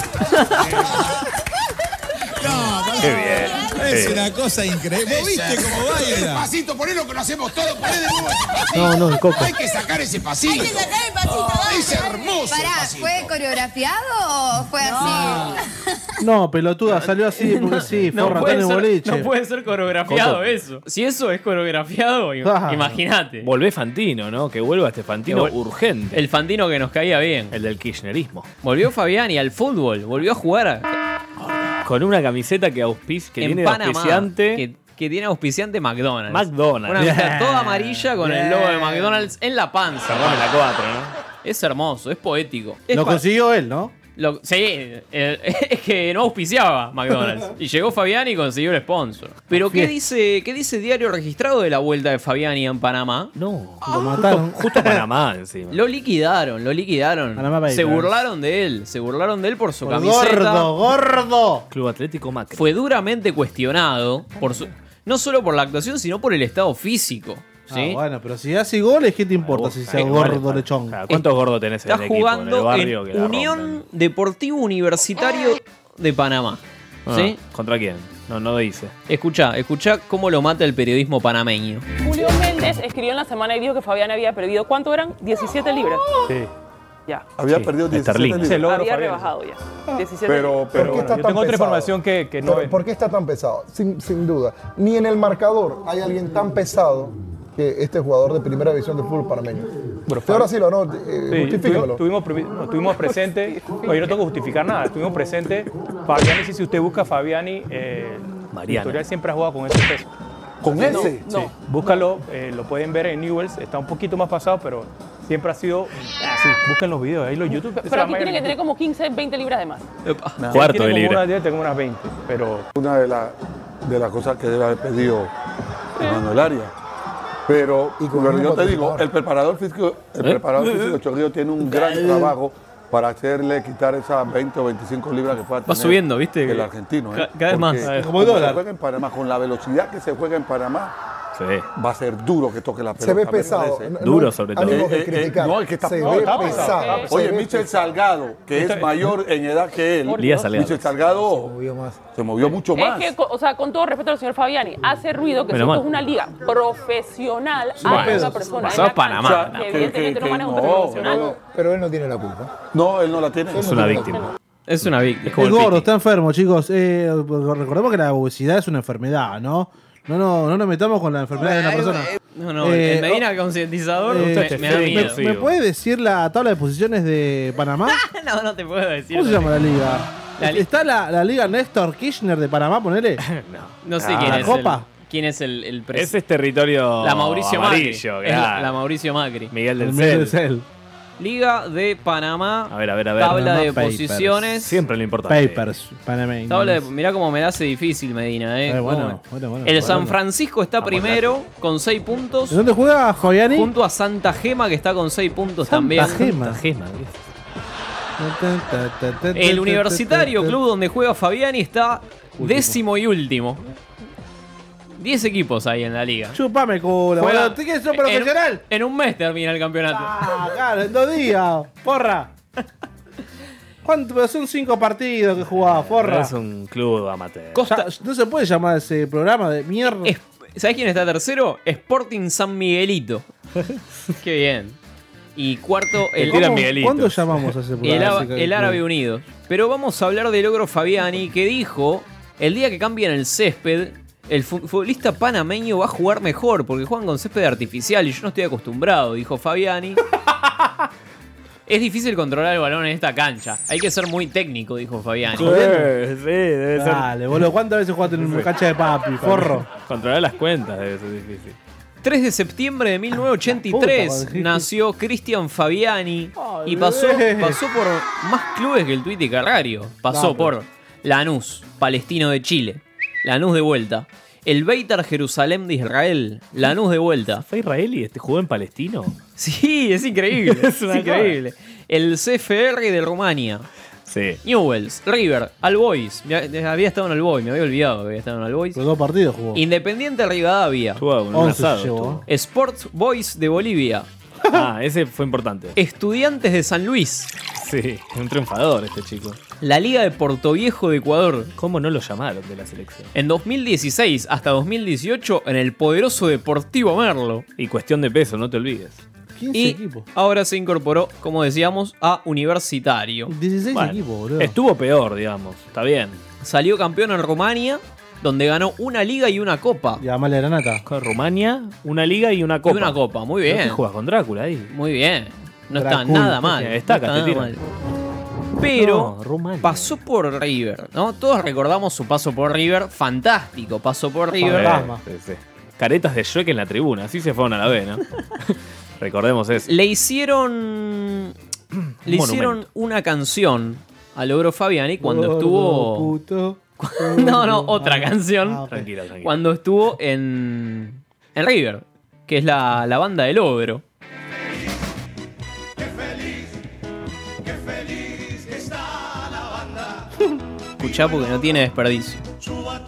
[SPEAKER 17] No, pará.
[SPEAKER 18] Qué bien,
[SPEAKER 17] Es
[SPEAKER 18] qué
[SPEAKER 17] una cosa increíble. ¿Vos viste cómo baila?
[SPEAKER 18] Pasito, poné lo que lo hacemos todo, poné de nuevo ese pasito.
[SPEAKER 7] No, no, el Coco.
[SPEAKER 18] Hay que sacar ese pasito.
[SPEAKER 10] Hay que sacar el pasito. dale.
[SPEAKER 18] Es hermoso el
[SPEAKER 10] Pará,
[SPEAKER 18] pasito.
[SPEAKER 10] ¿fue coreografiado o fue así?
[SPEAKER 7] No, pelotuda, salió así porque sí, fue un ratón en boliche.
[SPEAKER 6] no puede ser coreografiado
[SPEAKER 8] Coco.
[SPEAKER 6] eso. Si eso es coreografiado, im-
[SPEAKER 8] Ah.
[SPEAKER 6] imagínate.
[SPEAKER 8] Volvé Fantino, ¿no? Que vuelva este Fantino
[SPEAKER 6] Que vuel-
[SPEAKER 8] urgente.
[SPEAKER 6] El Fantino que nos caía bien.
[SPEAKER 8] El del kirchnerismo.
[SPEAKER 6] Volvió Fabiani al fútbol, volvió a jugar a-
[SPEAKER 8] Con una camiseta que auspic que
[SPEAKER 6] en
[SPEAKER 8] viene de
[SPEAKER 6] Panamá.
[SPEAKER 8] auspiciante.
[SPEAKER 6] Que, que tiene auspiciante McDonald's.
[SPEAKER 8] McDonald's.
[SPEAKER 6] Una camiseta
[SPEAKER 8] Bien.
[SPEAKER 6] toda amarilla con el logo de McDonald's en la panza.
[SPEAKER 8] la 4,
[SPEAKER 6] Es hermoso, es poético. Es
[SPEAKER 7] Lo
[SPEAKER 6] pa-
[SPEAKER 7] consiguió él, ¿no?
[SPEAKER 6] Lo- sí, eh, es que no auspiciaba McDonald's. Y llegó Fabiani y consiguió el sponsor. Pero ¿qué
[SPEAKER 7] Bien.
[SPEAKER 6] dice, ¿qué dice diario registrado de la vuelta de Fabiani en Panamá? Ah.
[SPEAKER 8] No,
[SPEAKER 7] Lo mataron.
[SPEAKER 8] Justo Panamá encima.
[SPEAKER 6] Lo liquidaron, lo liquidaron.
[SPEAKER 8] Panamá Papers.
[SPEAKER 6] se burlaron de él, se burlaron de él por su
[SPEAKER 7] Por
[SPEAKER 6] camiseta.
[SPEAKER 7] gordo, gordo.
[SPEAKER 8] Club Atlético Macri.
[SPEAKER 6] Fue duramente cuestionado, por su- no solo por la actuación, sino por el estado físico.
[SPEAKER 7] Ah,
[SPEAKER 6] ¿sí?
[SPEAKER 7] bueno, pero si hace goles, ¿qué te importa si sea
[SPEAKER 6] eh,
[SPEAKER 7] gordo
[SPEAKER 6] vale,
[SPEAKER 7] lechón?
[SPEAKER 8] ¿Cuántos gordos tenés
[SPEAKER 6] Está jugando en, Unión Deportivo Universitario de Panamá.
[SPEAKER 8] Ah,
[SPEAKER 6] ¿sí?
[SPEAKER 8] ¿Contra quién? No, no dice.
[SPEAKER 6] Escucha, escucha cómo lo mata el periodismo panameño.
[SPEAKER 19] Julio Méndez escribió en la semana y dijo que Fabián había perdido, ¿cuánto eran? 17 libras.
[SPEAKER 20] Sí.
[SPEAKER 19] Ya.
[SPEAKER 20] Había perdido 17
[SPEAKER 8] Esterlina.
[SPEAKER 20] libras.
[SPEAKER 19] había rebajado ya. 17
[SPEAKER 20] Pero,
[SPEAKER 19] libras.
[SPEAKER 20] pero bueno, yo tengo otra información
[SPEAKER 21] que,
[SPEAKER 20] no es.
[SPEAKER 21] ¿Por qué está tan pesado? Sin, sin duda. Ni en el marcador hay alguien tan pesado que este jugador de primera división del fútbol panameño. Pero ahora sí lo no, eh,
[SPEAKER 22] Sí, tuvimos,
[SPEAKER 21] justifícamelo.
[SPEAKER 22] tuvimos pre- no, tuvimos presente, no, yo no tengo que justificar nada, estuvimos presente, Fabiani, si si usted busca a Fabiani, eh,
[SPEAKER 8] Mariana.
[SPEAKER 22] Victorial siempre ha jugado con ese peso.
[SPEAKER 20] ¿Con
[SPEAKER 22] No,
[SPEAKER 20] ese?
[SPEAKER 22] No, búscalo, eh, lo pueden ver en Newells, está un poquito más pasado, pero siempre ha sido así. Busquen los videos, ahí los YouTube. se
[SPEAKER 19] Pero
[SPEAKER 22] la
[SPEAKER 19] aquí
[SPEAKER 22] mayoría-
[SPEAKER 19] tiene que tener como 15, 20 libras de más.
[SPEAKER 22] Él
[SPEAKER 3] Cuarto
[SPEAKER 22] tiene
[SPEAKER 3] de
[SPEAKER 22] como
[SPEAKER 3] libra.
[SPEAKER 22] una- Yo tengo unas 20, pero...
[SPEAKER 4] Una de, la- de las cosas que debe haber pedido Fernando Laria. Pero, con pero un yo te patrocinador. digo, el preparador físico, el ¿Eh? preparador físico de Chorrillo tiene un gran Eh. trabajo para hacerle quitar esas 20 o 25 libras que pueda tener
[SPEAKER 6] subiendo, ¿viste?
[SPEAKER 4] el argentino. ¿eh?
[SPEAKER 6] Ca- cada vez más.
[SPEAKER 4] Porque
[SPEAKER 6] Como el
[SPEAKER 4] se
[SPEAKER 6] dólar.
[SPEAKER 4] juega en Panamá, con la velocidad que se juega en Panamá, va a ser duro que toque la pelota. Se ve me pesado. parece. No- Duro, no- sobre amigo, todo. que Eh, eh, criticar. no, el que está- Se no, ve está pesado. pesado. Eh, Oye, se ve Michel Salgado, que es mayor en edad que él.
[SPEAKER 3] Elías Salgado.
[SPEAKER 4] Michel Salgado se movió, mucho
[SPEAKER 19] Es
[SPEAKER 4] más.
[SPEAKER 19] que, co- o sea, con todo respeto al señor Fabiani, hace ruido que
[SPEAKER 4] Menos
[SPEAKER 19] esto
[SPEAKER 4] mal.
[SPEAKER 19] es una liga profesional
[SPEAKER 4] Bueno,
[SPEAKER 19] a una persona.
[SPEAKER 4] pasó
[SPEAKER 19] en la
[SPEAKER 4] Panamá,
[SPEAKER 19] cancha, Que
[SPEAKER 4] ¿no? Que-
[SPEAKER 19] evidentemente
[SPEAKER 4] que-
[SPEAKER 19] no
[SPEAKER 4] que
[SPEAKER 19] maneja un
[SPEAKER 4] no,
[SPEAKER 19] torneo profesional.
[SPEAKER 4] no. Pero él no tiene la culpa. No, él no la tiene. Es una
[SPEAKER 6] víctima. Es una víctima.
[SPEAKER 7] Es gordo, está enfermo, chicos. Eh, recordemos que la obesidad es una enfermedad, ¿no? No, no, no nos metamos con la enfermedad de una persona.
[SPEAKER 6] No, no,
[SPEAKER 7] Eh,
[SPEAKER 6] el Medina concientizador
[SPEAKER 7] Eh,
[SPEAKER 6] me, me da
[SPEAKER 7] ¿me-
[SPEAKER 6] miedo.
[SPEAKER 7] ¿Me puede decir la tabla de posiciones de Panamá?
[SPEAKER 6] no, no te puedo decir.
[SPEAKER 7] ¿Cómo se llama la liga?
[SPEAKER 6] La li-
[SPEAKER 7] ¿Está la, la liga Néstor Kirchner de Panamá, ponele?
[SPEAKER 6] No sé
[SPEAKER 7] Ah,
[SPEAKER 6] quién
[SPEAKER 7] ¿la
[SPEAKER 6] es.
[SPEAKER 7] Copa?
[SPEAKER 6] El, ¿Quién es el, el pres-
[SPEAKER 8] Ese es territorio
[SPEAKER 6] La Mauricio
[SPEAKER 8] amarillo,
[SPEAKER 6] Macri. Es la,
[SPEAKER 8] claro.
[SPEAKER 6] la Mauricio Macri.
[SPEAKER 8] Miguel del El Miguel Cel. del Cel.
[SPEAKER 6] Liga de Panamá.
[SPEAKER 8] A ver, a ver, a ver.
[SPEAKER 6] Tabla de posiciones.
[SPEAKER 8] Siempre lo importante.
[SPEAKER 7] Papers, Panamá.
[SPEAKER 6] Tabla de- mirá cómo me la hace difícil Medina, eh.
[SPEAKER 7] Eh, bueno,
[SPEAKER 6] Cómo-
[SPEAKER 7] bueno, bueno,
[SPEAKER 6] el
[SPEAKER 7] bueno.
[SPEAKER 6] San Francisco está primero con 6 puntos.
[SPEAKER 7] ¿Dónde juega Fabiani?
[SPEAKER 6] Junto a Santa Gema que está con 6 puntos también.
[SPEAKER 7] Gema.
[SPEAKER 6] El Universitario Club donde juega Fabiani está décimo y último. 10 equipos ahí en la liga.
[SPEAKER 7] Chupame culo,
[SPEAKER 6] Juega- Eh,
[SPEAKER 7] boludo. ¿Tú quieres ser
[SPEAKER 6] en-
[SPEAKER 7] profesional?
[SPEAKER 6] En, un mes termina el campeonato.
[SPEAKER 7] Ah, claro, en dos días, porra. ¿Cuánto? Pero son cinco partidos que jugaba, porra.
[SPEAKER 8] Es un club amateur.
[SPEAKER 7] Costa- no se puede llamar ese programa de mierda.
[SPEAKER 6] ¿Sabés quién está tercero? Sporting San Miguelito. Qué bien. Y cuarto, el
[SPEAKER 7] ¿Cómo- ¿Cuándo llamamos a ese
[SPEAKER 6] El,
[SPEAKER 7] programa?
[SPEAKER 6] Aba- el Árabe Unido. Pero vamos a hablar del ogro Fabiani que dijo, el día que cambian el césped, el fu- futbolista panameño va a jugar mejor porque juegan con césped artificial y yo no estoy acostumbrado, dijo Fabiani. Es difícil controlar el balón en esta cancha. Hay que ser muy técnico, dijo Fabiani.
[SPEAKER 7] debe
[SPEAKER 8] ser.
[SPEAKER 7] Dale, boludo, ¿cuántas veces jugaste en una cancha de papi, forro?
[SPEAKER 8] Controlar las cuentas debe ser difícil.
[SPEAKER 6] 3 de septiembre de 1983
[SPEAKER 8] La puta,
[SPEAKER 6] nació Cristian Fabiani y pasó,
[SPEAKER 8] bebé.
[SPEAKER 6] pasó por más clubes que el Twitty Carrario. Pasó
[SPEAKER 8] No, pero-
[SPEAKER 6] por Lanús, Palestino de Chile, Lanús de vuelta, el Beitar Jerusalén de Israel, Lanús de vuelta.
[SPEAKER 8] ¿Fue israelí? ¿Este jugó en Palestino?
[SPEAKER 6] Sí, es increíble, es
[SPEAKER 8] Es una
[SPEAKER 6] increíble. El CFR de Rumania.
[SPEAKER 8] Sí.
[SPEAKER 6] Newells, River, All Boys. Me ha- Había estado en All Boys, me había olvidado que había estado en All Boys.
[SPEAKER 7] Los dos partidos jugó.
[SPEAKER 6] Independiente Rivadavia.
[SPEAKER 8] un Once asado llevó. estuvo.
[SPEAKER 6] Sports Boys de Bolivia.
[SPEAKER 8] Ah, ese fue importante.
[SPEAKER 6] Estudiantes de San Luis.
[SPEAKER 8] Sí, un triunfador este chico.
[SPEAKER 6] La Liga de Portoviejo de Ecuador.
[SPEAKER 8] ¿Cómo no lo llamaron de la selección?
[SPEAKER 6] En 2016 hasta 2018 en el poderoso Deportivo Merlo.
[SPEAKER 8] Y cuestión de peso, no te olvides.
[SPEAKER 7] 15
[SPEAKER 6] y
[SPEAKER 7] equipos.
[SPEAKER 6] ahora se incorporó, como decíamos, a Universitario.
[SPEAKER 7] 16
[SPEAKER 6] Bueno,
[SPEAKER 7] equipos, boludo.
[SPEAKER 8] Estuvo peor, digamos. Está bien.
[SPEAKER 6] Salió campeón en Rumania, donde ganó una liga y una copa.
[SPEAKER 7] Y además la granata.
[SPEAKER 8] Con Rumania, una liga y una copa.
[SPEAKER 6] una copa, este muy
[SPEAKER 8] ¿No
[SPEAKER 6] bien.
[SPEAKER 8] te juegas con Drácula ahí.
[SPEAKER 6] Muy bien. No está
[SPEAKER 8] Dracul.
[SPEAKER 6] nada mal.
[SPEAKER 8] Destaca,
[SPEAKER 6] no está
[SPEAKER 8] te
[SPEAKER 6] nada
[SPEAKER 8] tira.
[SPEAKER 6] mal. Pero pasó por River, ¿no? Todos recordamos su paso por River, fantástico. Pasó por River.
[SPEAKER 8] Sí, sí, sí. Caretas de Shrek en la tribuna, así se fueron a la B, ¿no? Recordemos eso.
[SPEAKER 6] Le hicieron. Le
[SPEAKER 8] monumento.
[SPEAKER 6] hicieron una canción al ogro Fabiani cuando
[SPEAKER 7] Gordo,
[SPEAKER 6] estuvo.
[SPEAKER 7] puto.
[SPEAKER 6] No, no, otra
[SPEAKER 7] Ah,
[SPEAKER 6] canción.
[SPEAKER 7] ah, ok.
[SPEAKER 6] Cuando estuvo en. En River, que es la, la banda del ogro. Escuchá porque no tiene desperdicio.
[SPEAKER 8] Chubac.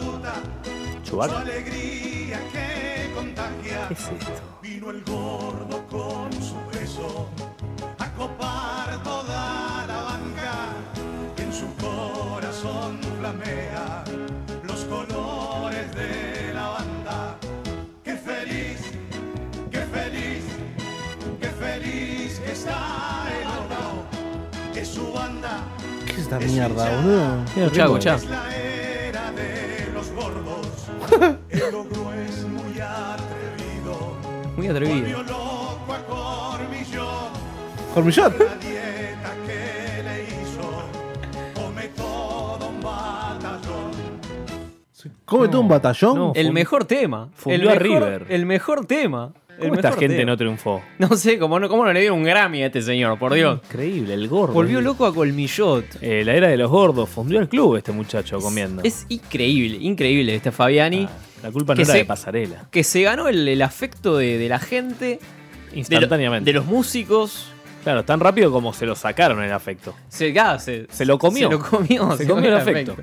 [SPEAKER 5] ¿Qué es esto? Vino el gordo con su beso a copar toda la banca y en su corazón flamea los colores de la banda. ¡Qué feliz, qué feliz, qué feliz que está el oro! Que su banda
[SPEAKER 7] ¿Qué es esta mierda, boludo?
[SPEAKER 6] Escuchá, escuchá.
[SPEAKER 5] es la era de los gordos. El ogro es muy atrevido.
[SPEAKER 6] Muy atrevido.
[SPEAKER 5] Loco a Cormillón,
[SPEAKER 7] Cormillot.
[SPEAKER 5] la dieta que le hizo, come todo un batallón.
[SPEAKER 7] Come todo un batallón.
[SPEAKER 6] el mejor tema.
[SPEAKER 8] fundió
[SPEAKER 6] el
[SPEAKER 8] a
[SPEAKER 6] mejor-
[SPEAKER 8] River.
[SPEAKER 6] El mejor tema.
[SPEAKER 8] ¿Cómo esta gente no triunfó?
[SPEAKER 6] No sé, ¿cómo no, cómo no le dieron un Grammy a este señor? Por Dios.
[SPEAKER 8] Increíble, el gordo.
[SPEAKER 6] Volvió loco a Colmillot.
[SPEAKER 8] eh? la era de los gordos. Fundió el club este muchacho comiendo. Ah,
[SPEAKER 6] Es increíble, increíble este Fabiani.
[SPEAKER 8] la culpa no
[SPEAKER 6] que
[SPEAKER 8] era
[SPEAKER 6] se-
[SPEAKER 8] de pasarela.
[SPEAKER 6] Que se ganó el, el afecto de, de la gente.
[SPEAKER 8] Instantáneamente.
[SPEAKER 6] De, lo- de los músicos.
[SPEAKER 8] Claro, tan rápido como se lo sacaron el afecto.
[SPEAKER 6] Se, ah, se,
[SPEAKER 8] Se lo comió.
[SPEAKER 6] Se lo comió.
[SPEAKER 8] Se comió el afecto.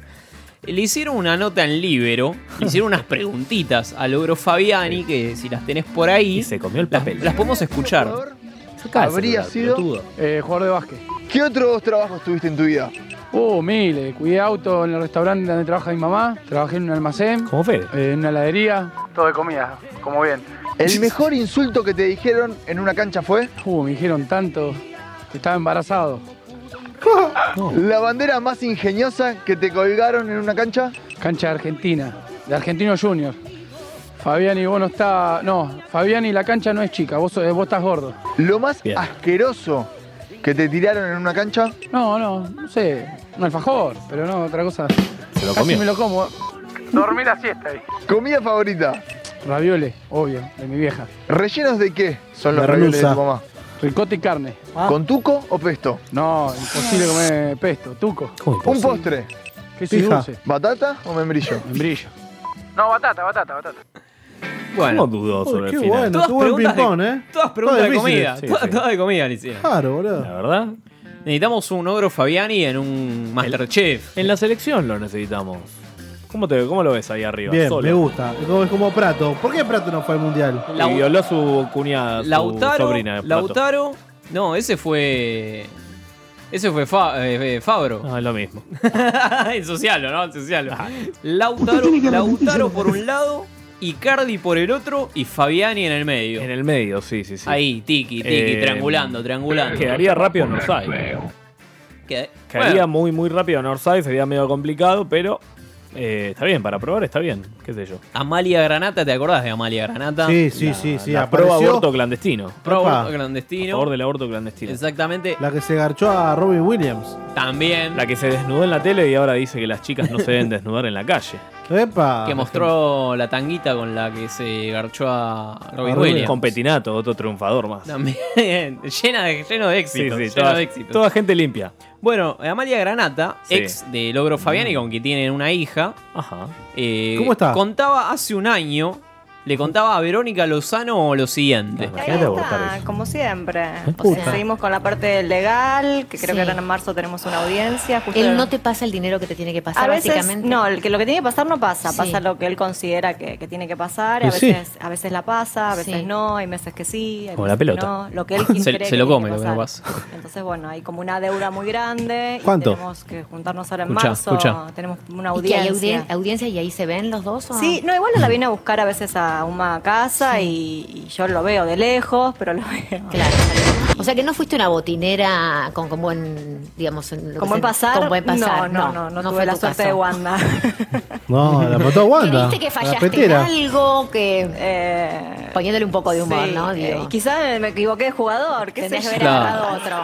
[SPEAKER 6] Le hicieron una nota en Libero, le hicieron unas preguntitas a Logro Fabiani, que si las tenés por ahí.
[SPEAKER 8] se comió el
[SPEAKER 6] papel. Las, podemos escuchar.
[SPEAKER 3] Sacá el Habría celular, sido, pelotudo. jugador de básquet. ¿Qué otros trabajos tuviste en tu vida? Oh, miles. Cuidé auto en el restaurante donde trabaja mi mamá. Trabajé en un almacén.
[SPEAKER 8] ¿Cómo Fede?
[SPEAKER 3] eh, en una heladería. Todo de comida, como bien. ¿El mejor insulto que te dijeron en una cancha fue? Uh, me dijeron tanto. Estaba embarazado. ¿La bandera más ingeniosa que te colgaron en una cancha? Cancha de Argentina, de Argentino Junior. Fabiani, vos no está. No, Fabiani, la cancha no es chica, vos, sos- vos estás gordo. ¿Lo más asqueroso que te tiraron en una cancha? No, no, no sé. Un alfajor, pero no, otra cosa. Se
[SPEAKER 8] lo comió.
[SPEAKER 3] me lo como. Dormí la siesta ahí. ¿Comida favorita? Ravioles, obvio, de mi vieja. ¿Rellenos de qué son
[SPEAKER 21] Merluza.
[SPEAKER 3] los ravioles de tu mamá? Ricota y carne. ¿Con tuco o pesto? No, imposible comer pesto, tuco. ¿Un postre? ¿Qué soy
[SPEAKER 8] Fija.
[SPEAKER 3] dulce? ¿Batata o membrillo? Membrillo. No, batata, batata, batata.
[SPEAKER 8] Bueno. ¿Cómo dudó
[SPEAKER 3] Uy,
[SPEAKER 8] sobre
[SPEAKER 3] qué
[SPEAKER 8] el final?
[SPEAKER 3] bueno,
[SPEAKER 8] Todas
[SPEAKER 3] qué buen
[SPEAKER 8] preguntas de-
[SPEAKER 3] ping-pong, ¿eh?
[SPEAKER 6] Todas preguntas de comida.
[SPEAKER 8] Sí,
[SPEAKER 6] todas,
[SPEAKER 8] sí.
[SPEAKER 6] todas de comida le hicieron.
[SPEAKER 8] Claro, boludo. La verdad.
[SPEAKER 6] Necesitamos un ogro Fabiani en un Masterchef.
[SPEAKER 8] En la selección lo necesitamos. ¿Cómo, te, cómo lo ves ahí arriba?
[SPEAKER 7] Bien,
[SPEAKER 8] Solo.
[SPEAKER 7] me gusta. Es como, es como Prato. ¿Por qué Prato no fue al mundial?
[SPEAKER 8] Y violó a su cuñada, su
[SPEAKER 6] Lautaro.
[SPEAKER 8] sobrina. Prato.
[SPEAKER 6] Lautaro. No, ese fue. Ese fue Fa- eh, eh, Fabro.
[SPEAKER 8] No, es Ah, lo mismo. Ah.
[SPEAKER 6] Ensucialo, ¿no? Ensucialo. Lautaro, Lautaro por un lado, Icardi por el otro y Fabiani en el medio. En
[SPEAKER 8] el medio, sí, sí, sí.
[SPEAKER 6] Ahí, tiki, tiki,
[SPEAKER 8] Eh,
[SPEAKER 6] triangulando, triangulando.
[SPEAKER 8] Quedaría rápido en Orsay.
[SPEAKER 6] Queda-
[SPEAKER 8] Caería
[SPEAKER 6] Bueno,
[SPEAKER 8] muy, muy rápido en Orsay, sería medio complicado, pero eh, está bien, para probar está bien, qué sé yo.
[SPEAKER 6] Amalia Granata, ¿te acordás de Amalia Granata?
[SPEAKER 7] Sí, sí, sí, sí.
[SPEAKER 8] la
[SPEAKER 7] apareció
[SPEAKER 8] prueba aborto clandestino.
[SPEAKER 6] Pro
[SPEAKER 7] Opa.
[SPEAKER 6] aborto clandestino.
[SPEAKER 8] A favor del aborto clandestino.
[SPEAKER 6] Exactamente.
[SPEAKER 7] La que se garchó a Robin Williams.
[SPEAKER 6] También.
[SPEAKER 8] La que se desnudó en la tele y ahora dice que las chicas no se deben desnudar en la calle.
[SPEAKER 7] Epa.
[SPEAKER 6] Que mostró la tanguita con la que se garchó a Robin Williams.
[SPEAKER 8] Con Petinato, otro triunfador más.
[SPEAKER 6] También. Llena de, lleno de
[SPEAKER 8] Sí,
[SPEAKER 6] éxitos.
[SPEAKER 8] sí,
[SPEAKER 6] lleno
[SPEAKER 8] toda,
[SPEAKER 6] de éxitos.
[SPEAKER 8] toda gente limpia.
[SPEAKER 6] Bueno, Amalia Granata,
[SPEAKER 8] Sí. Mm.
[SPEAKER 6] ex de Logro Fabiani, con quien tienen una hija.
[SPEAKER 8] Ajá.
[SPEAKER 6] eh,
[SPEAKER 8] ¿Cómo está?
[SPEAKER 6] Contaba hace un año, le contaba a Verónica Lozano lo siguiente.
[SPEAKER 15] Ah, como siempre.
[SPEAKER 6] puta.
[SPEAKER 15] O sea, seguimos con la parte legal, que creo
[SPEAKER 23] Sí.
[SPEAKER 15] que ahora en marzo tenemos una audiencia. justo-
[SPEAKER 23] Él no te pasa el dinero que te tiene que pasar,
[SPEAKER 15] a veces,
[SPEAKER 23] básicamente.
[SPEAKER 15] No, el que lo que tiene que pasar no pasa,
[SPEAKER 23] Sí.
[SPEAKER 15] pasa lo que él considera que, que tiene que pasar,
[SPEAKER 6] Y
[SPEAKER 15] a
[SPEAKER 6] sí.
[SPEAKER 15] veces, a veces la pasa, a veces
[SPEAKER 23] Sí.
[SPEAKER 15] no, hay meses que sí, hay
[SPEAKER 6] Como la
[SPEAKER 15] meses que
[SPEAKER 6] pelota.
[SPEAKER 15] no, lo que él
[SPEAKER 6] Se-
[SPEAKER 15] considera
[SPEAKER 6] se lo
[SPEAKER 15] tiene
[SPEAKER 6] come, lo que no
[SPEAKER 15] pasar. Entonces, bueno, hay como una deuda muy grande y
[SPEAKER 6] ¿Cuánto?
[SPEAKER 15] tenemos que juntarnos ahora en
[SPEAKER 6] Escuchá,
[SPEAKER 15] marzo,
[SPEAKER 6] escuchá.
[SPEAKER 15] tenemos una
[SPEAKER 23] ¿Y que hay
[SPEAKER 15] audiencia.
[SPEAKER 23] audien- audiencia y ahí se ven los dos? o-
[SPEAKER 15] Sí, no, igual la viene a buscar a veces a una casa y, y yo lo veo de lejos, pero lo veo.
[SPEAKER 23] O sea que no fuiste una botinera con, con buen, digamos, un- lo que
[SPEAKER 15] ¿Con buen
[SPEAKER 23] se-
[SPEAKER 15] pasar?
[SPEAKER 23] con buen pasar.
[SPEAKER 15] No, no, no, no tuve
[SPEAKER 23] fue
[SPEAKER 15] la
[SPEAKER 23] tu
[SPEAKER 15] suerte
[SPEAKER 23] caso. Ah.
[SPEAKER 15] de Wanda.
[SPEAKER 7] No, la mató a
[SPEAKER 6] Ah,
[SPEAKER 7] Wanda.
[SPEAKER 23] Viste que
[SPEAKER 7] la
[SPEAKER 23] fallaste en
[SPEAKER 7] petera.
[SPEAKER 23] algo que... poniéndole un poco de humor,
[SPEAKER 15] Eh, sí,
[SPEAKER 23] ¿no?
[SPEAKER 15] eh,
[SPEAKER 23] Digo.
[SPEAKER 15] quizás me equivoqué de jugador, qué sé
[SPEAKER 23] Tendrías
[SPEAKER 15] yo.
[SPEAKER 23] que haber
[SPEAKER 6] Claro.
[SPEAKER 23] agarrado otro.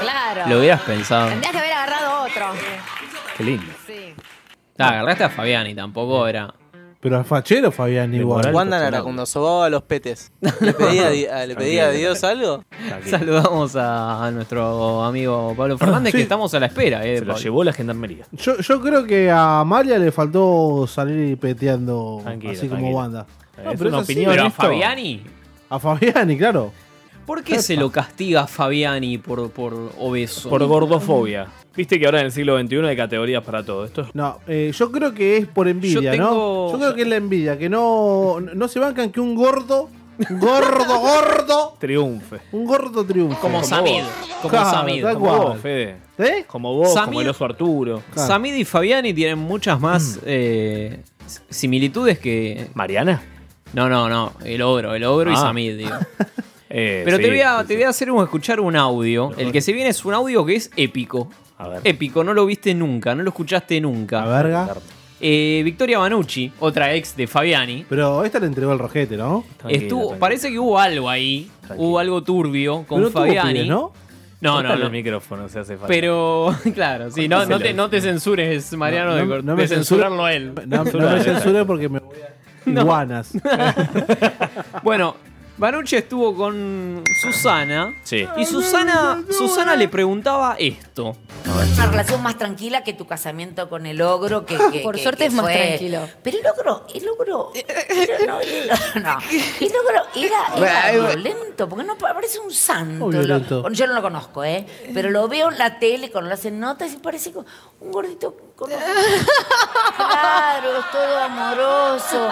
[SPEAKER 23] Claro.
[SPEAKER 6] Lo hubieras pensado.
[SPEAKER 23] Tendrías que haber agarrado otro.
[SPEAKER 8] Qué lindo.
[SPEAKER 6] Ah, agarraste a Fabiani, tampoco era.
[SPEAKER 7] Pero al fachero Fabián igual.
[SPEAKER 24] Wanda Nara, cuando sobaba los petes, ¿le pedía, a di- a- ¿le pedía a Dios algo?
[SPEAKER 6] Saludamos a, a nuestro amigo Pablo
[SPEAKER 8] Ah,
[SPEAKER 6] Fernández, que estamos a la espera. Eh, Se lo
[SPEAKER 8] llevó la gendarmería.
[SPEAKER 7] Yo, yo creo que a Amalia le faltó salir peteando
[SPEAKER 8] Tranquilo,
[SPEAKER 7] así como
[SPEAKER 8] tranquilo. Eh,
[SPEAKER 7] Wanda.
[SPEAKER 8] Es
[SPEAKER 7] pero
[SPEAKER 8] una
[SPEAKER 7] así,
[SPEAKER 8] opinión,
[SPEAKER 6] Pero a
[SPEAKER 8] esto.
[SPEAKER 6] Fabiani,
[SPEAKER 7] A Fabiani, claro.
[SPEAKER 6] ¿por qué se lo castiga a Fabiani por, por obeso?
[SPEAKER 8] Por gordofobia. Viste que ahora en el siglo XXI hay categorías para todo. Esto es
[SPEAKER 7] No, eh, yo creo que es por envidia,
[SPEAKER 8] Yo
[SPEAKER 7] ¿no? Yo creo que es la envidia, que no, no se bancan que un gordo, un gordo, gordo,
[SPEAKER 8] triunfe.
[SPEAKER 7] un gordo triunfe.
[SPEAKER 6] Como Samid, como
[SPEAKER 7] Claro,
[SPEAKER 6] Samid.
[SPEAKER 7] tal
[SPEAKER 8] Como
[SPEAKER 7] cual.
[SPEAKER 8] vos, Fede.
[SPEAKER 7] ¿Eh?
[SPEAKER 8] Como vos, como
[SPEAKER 6] Samir-
[SPEAKER 8] el oso Arturo.
[SPEAKER 6] Samid y Fabiani tienen muchas más eh, s- similitudes que.
[SPEAKER 8] Mm. ¿Mariana?
[SPEAKER 6] No, no, no. El ogro, el ogro y
[SPEAKER 8] Ah.
[SPEAKER 6] Samid, digo.
[SPEAKER 8] Eh,
[SPEAKER 6] Pero
[SPEAKER 8] sí.
[SPEAKER 6] te, voy a, te voy a hacer un, escuchar un audio. El que se viene es un audio que es épico. Épico, no lo viste nunca, no lo escuchaste nunca.
[SPEAKER 7] La verga.
[SPEAKER 6] Eh, Victoria Manucci, otra ex de Fabiani.
[SPEAKER 7] Pero esta le entregó el rojete, ¿no?
[SPEAKER 6] estuvo, Parece que hubo algo ahí. Hubo algo turbio con
[SPEAKER 7] Pero no tuvo
[SPEAKER 6] Fabiani.
[SPEAKER 7] pibes, ¿no?
[SPEAKER 6] No, no,
[SPEAKER 8] Cortale
[SPEAKER 6] no.
[SPEAKER 8] el micrófono, se hace falta.
[SPEAKER 6] Pero, claro, sí, no, no te, no te censures, Mariano, de cor- de censurarlo a él.
[SPEAKER 7] No, no me censure porque me voy a iguanas.
[SPEAKER 6] Bueno, Banucci estuvo con Susana.
[SPEAKER 8] Sí.
[SPEAKER 6] Y Susana, Susana le preguntaba esto.
[SPEAKER 11] Una relación más tranquila que tu casamiento con el ogro. Que, que-
[SPEAKER 15] Ah, Por
[SPEAKER 11] que-
[SPEAKER 15] suerte
[SPEAKER 11] que
[SPEAKER 15] es más
[SPEAKER 11] fue-
[SPEAKER 15] tranquilo.
[SPEAKER 11] Pero el ogro, el ogro.
[SPEAKER 15] Eh,
[SPEAKER 11] pero no, el, no. El ogro era, era
[SPEAKER 15] Bueno.
[SPEAKER 11] violento, porque no pa- parece un santo.
[SPEAKER 15] Muy violento.
[SPEAKER 11] Lo- yo no lo conozco, ¿eh? Pero lo veo en la tele cuando lo hacen notas y parece como un gordito con ojos claros, todo amoroso.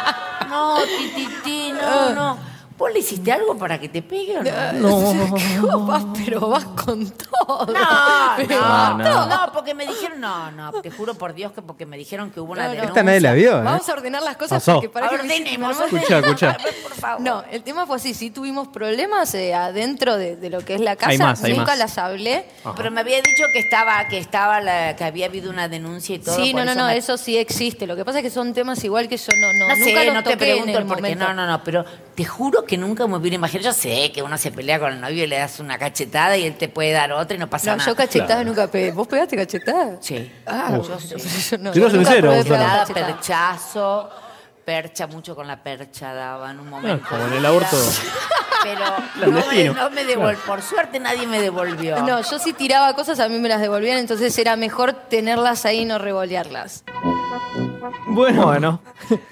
[SPEAKER 11] No, tititi, no, no.
[SPEAKER 15] Ah.
[SPEAKER 11] ¿Vos le hiciste algo para que te pegue o no?
[SPEAKER 15] vas, pero vas con todo.
[SPEAKER 11] No,
[SPEAKER 15] Pero
[SPEAKER 11] no,
[SPEAKER 15] con
[SPEAKER 11] no,
[SPEAKER 15] todo.
[SPEAKER 11] no, porque me dijeron, no, no, te juro por Dios que porque me dijeron que hubo
[SPEAKER 15] No,
[SPEAKER 11] una
[SPEAKER 15] no.
[SPEAKER 11] denuncia.
[SPEAKER 1] Esta nadie la vio, ¿eh?
[SPEAKER 15] Vamos a ordenar las cosas
[SPEAKER 1] Pasó.
[SPEAKER 15] porque parece que
[SPEAKER 11] Ordenemos,
[SPEAKER 15] hiciste, ¿no?
[SPEAKER 1] Escuchá, escuchá.
[SPEAKER 15] No, el tema fue así, sí tuvimos problemas eh, adentro de, de lo que es la casa,
[SPEAKER 11] Hay más, hay
[SPEAKER 15] nunca
[SPEAKER 11] más.
[SPEAKER 15] las hablé.
[SPEAKER 11] Ajá. Pero me había dicho que estaba, que estaba la, que había habido una denuncia y todo.
[SPEAKER 15] Sí,
[SPEAKER 11] por
[SPEAKER 15] no, no, no,
[SPEAKER 11] me-
[SPEAKER 15] eso sí existe. Lo que pasa es que son temas igual que yo no, no,
[SPEAKER 11] No
[SPEAKER 15] nunca
[SPEAKER 11] sé,
[SPEAKER 15] los
[SPEAKER 11] no te
[SPEAKER 15] toqué en
[SPEAKER 11] pregunto
[SPEAKER 15] el
[SPEAKER 11] el por qué.
[SPEAKER 15] momento.
[SPEAKER 11] No, no, no, pero te juro que nunca me hubiera imaginado. Yo sé que uno se pelea con el novio y le das una cachetada y él te puede dar otra y no pasa
[SPEAKER 15] No,
[SPEAKER 11] nada.
[SPEAKER 15] yo cachetada nunca pegué. ¿Vos pegaste cachetada?
[SPEAKER 11] Sí.
[SPEAKER 15] Ah,
[SPEAKER 11] Uh.
[SPEAKER 15] yo sí. Yo no,
[SPEAKER 11] Yo
[SPEAKER 15] yo nunca
[SPEAKER 11] sincero.
[SPEAKER 15] probé pegar cachetada.
[SPEAKER 11] perchazo, percha mucho con la percha daban
[SPEAKER 1] Ah,
[SPEAKER 11] un momento.
[SPEAKER 8] como en el aborto.
[SPEAKER 11] Pero
[SPEAKER 8] Los
[SPEAKER 11] no me,
[SPEAKER 8] latinos.
[SPEAKER 11] no me devol- por suerte nadie me devolvió.
[SPEAKER 15] No, yo sí tiraba cosas, a mí me las devolvían, entonces era mejor tenerlas ahí y no revolearlas.
[SPEAKER 6] Bueno,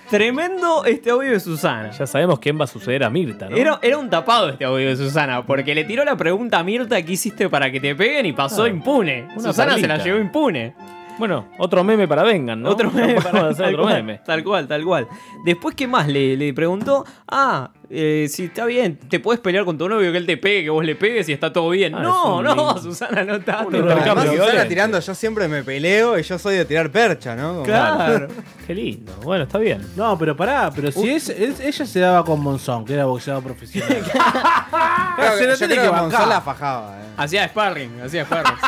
[SPEAKER 6] tremendo este audio de Susana.
[SPEAKER 8] Ya sabemos quién va a suceder a Mirta, ¿no?
[SPEAKER 6] Era, era un tapado este audio de Susana, porque le tiró la pregunta a Mirta que hiciste para que te peguen y pasó
[SPEAKER 8] Ah,
[SPEAKER 6] impune. Susana se la
[SPEAKER 8] perlita.
[SPEAKER 6] llevó impune.
[SPEAKER 8] Bueno, otro meme para vengan, ¿no?
[SPEAKER 6] Otro meme.
[SPEAKER 8] Vamos a hacer
[SPEAKER 6] tal,
[SPEAKER 8] otro
[SPEAKER 6] cual,
[SPEAKER 8] meme.
[SPEAKER 6] tal cual, tal cual. Después, ¿qué más? Le, le preguntó, ah, eh, si está bien, te puedes pelear con tu novio, que él te pegue, que vos le pegues y está todo bien.
[SPEAKER 1] Ah,
[SPEAKER 6] no,
[SPEAKER 1] es un
[SPEAKER 6] no,
[SPEAKER 1] lindo.
[SPEAKER 6] Susana, no está. todo bien.
[SPEAKER 1] Además, Susana
[SPEAKER 6] Susana tira-
[SPEAKER 1] tirando, yo siempre me peleo y yo soy de tirar percha, ¿no? Como-
[SPEAKER 8] Claro. Qué lindo. Bueno, está bien.
[SPEAKER 7] No, pero pará, pero si es, es- ella se daba con Monzón, que era boxeador profesional.
[SPEAKER 1] Claro,
[SPEAKER 6] se la
[SPEAKER 1] yo creo
[SPEAKER 6] tiene Ah, que
[SPEAKER 1] que Monzón
[SPEAKER 6] bancar.
[SPEAKER 1] la fajaba. eh.
[SPEAKER 6] Hacía sparring, hacía sparring.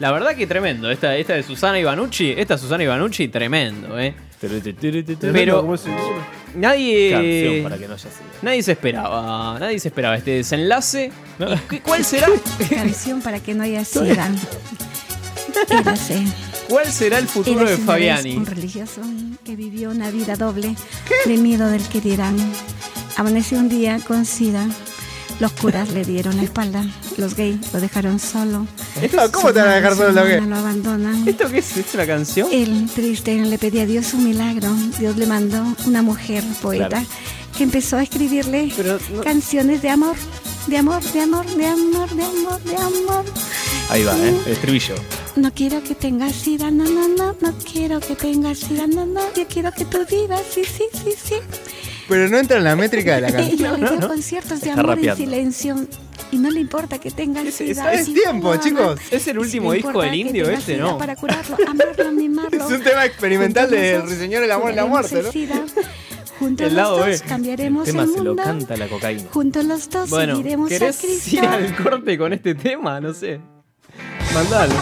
[SPEAKER 6] La verdad que tremendo, esta, esta de Susana Ivanucci, esta Susana Ivanucci, tremendo, ¿eh?
[SPEAKER 7] Tremendo
[SPEAKER 6] Pero
[SPEAKER 7] como es el-
[SPEAKER 6] nadie,
[SPEAKER 8] Canción para que no haya sido.
[SPEAKER 6] nadie se esperaba, nadie se esperaba este desenlace. ¿Qué- ¿Cuál será?
[SPEAKER 16] Canción para que no haya sida. Érase-
[SPEAKER 6] ¿Cuál será el futuro
[SPEAKER 16] érase
[SPEAKER 6] de
[SPEAKER 16] una vez
[SPEAKER 6] Fabiani?
[SPEAKER 16] Un religioso que vivió una vida doble, de miedo del que dirán. Amaneció un día con sida. Los curas le dieron la espalda. Los gays lo dejaron solo.
[SPEAKER 1] Esto, ¿Cómo te van a dejar solo
[SPEAKER 16] Su
[SPEAKER 1] lo que?
[SPEAKER 16] hermana Lo abandonan.
[SPEAKER 6] ¿Esto qué es? ¿Es una canción?
[SPEAKER 16] Él, triste, le pedía a Dios un milagro. Dios le mandó una mujer poeta
[SPEAKER 6] Claro.
[SPEAKER 16] que empezó a escribirle canciones de amor, de amor, de amor, de amor, de amor, de amor.
[SPEAKER 8] Ahí va, ¿eh? El estribillo.
[SPEAKER 16] No quiero que tengas sida, no, no, no, no quiero que tengas sida, no, no, yo quiero que tú vivas, sí, sí, sí, sí.
[SPEAKER 1] Pero no entra en la métrica de la
[SPEAKER 16] Y
[SPEAKER 1] canción.
[SPEAKER 16] le dio conciertos de
[SPEAKER 1] Está
[SPEAKER 16] amor
[SPEAKER 1] rapeando.
[SPEAKER 16] en silencio y no le importa que tengas sida.
[SPEAKER 1] es
[SPEAKER 16] si
[SPEAKER 1] tiempo,
[SPEAKER 16] lo ama,
[SPEAKER 1] chicos.
[SPEAKER 6] Es el
[SPEAKER 16] y si
[SPEAKER 6] último
[SPEAKER 16] le
[SPEAKER 6] disco
[SPEAKER 16] importa
[SPEAKER 6] del
[SPEAKER 16] que
[SPEAKER 6] indio
[SPEAKER 16] tenga
[SPEAKER 6] este,
[SPEAKER 16] sida
[SPEAKER 6] ¿no?
[SPEAKER 16] Para curarlo, amarlo, mimarlo.
[SPEAKER 1] Es un tema experimental de El Señor, el amor y la
[SPEAKER 16] Juntos
[SPEAKER 1] muerte,
[SPEAKER 16] los
[SPEAKER 1] ¿no?
[SPEAKER 16] dos seremos el SIDA, Juntos
[SPEAKER 1] El
[SPEAKER 16] los
[SPEAKER 1] lado
[SPEAKER 16] dos
[SPEAKER 1] B.
[SPEAKER 16] cambiaremos el,
[SPEAKER 8] tema se lo
[SPEAKER 16] mundo.
[SPEAKER 8] canta la cocaína.
[SPEAKER 16] Juntos los dos
[SPEAKER 6] Bueno,
[SPEAKER 16] seguiremos a
[SPEAKER 6] ¿querés
[SPEAKER 16] Cristo.
[SPEAKER 6] ir al corte con este tema? No sé. Mandalo.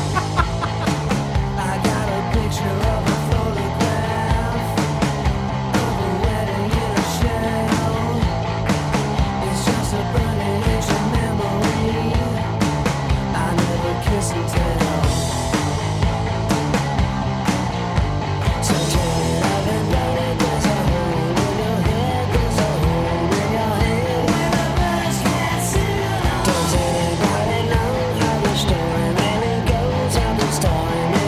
[SPEAKER 18] Does anybody know how the story really goes?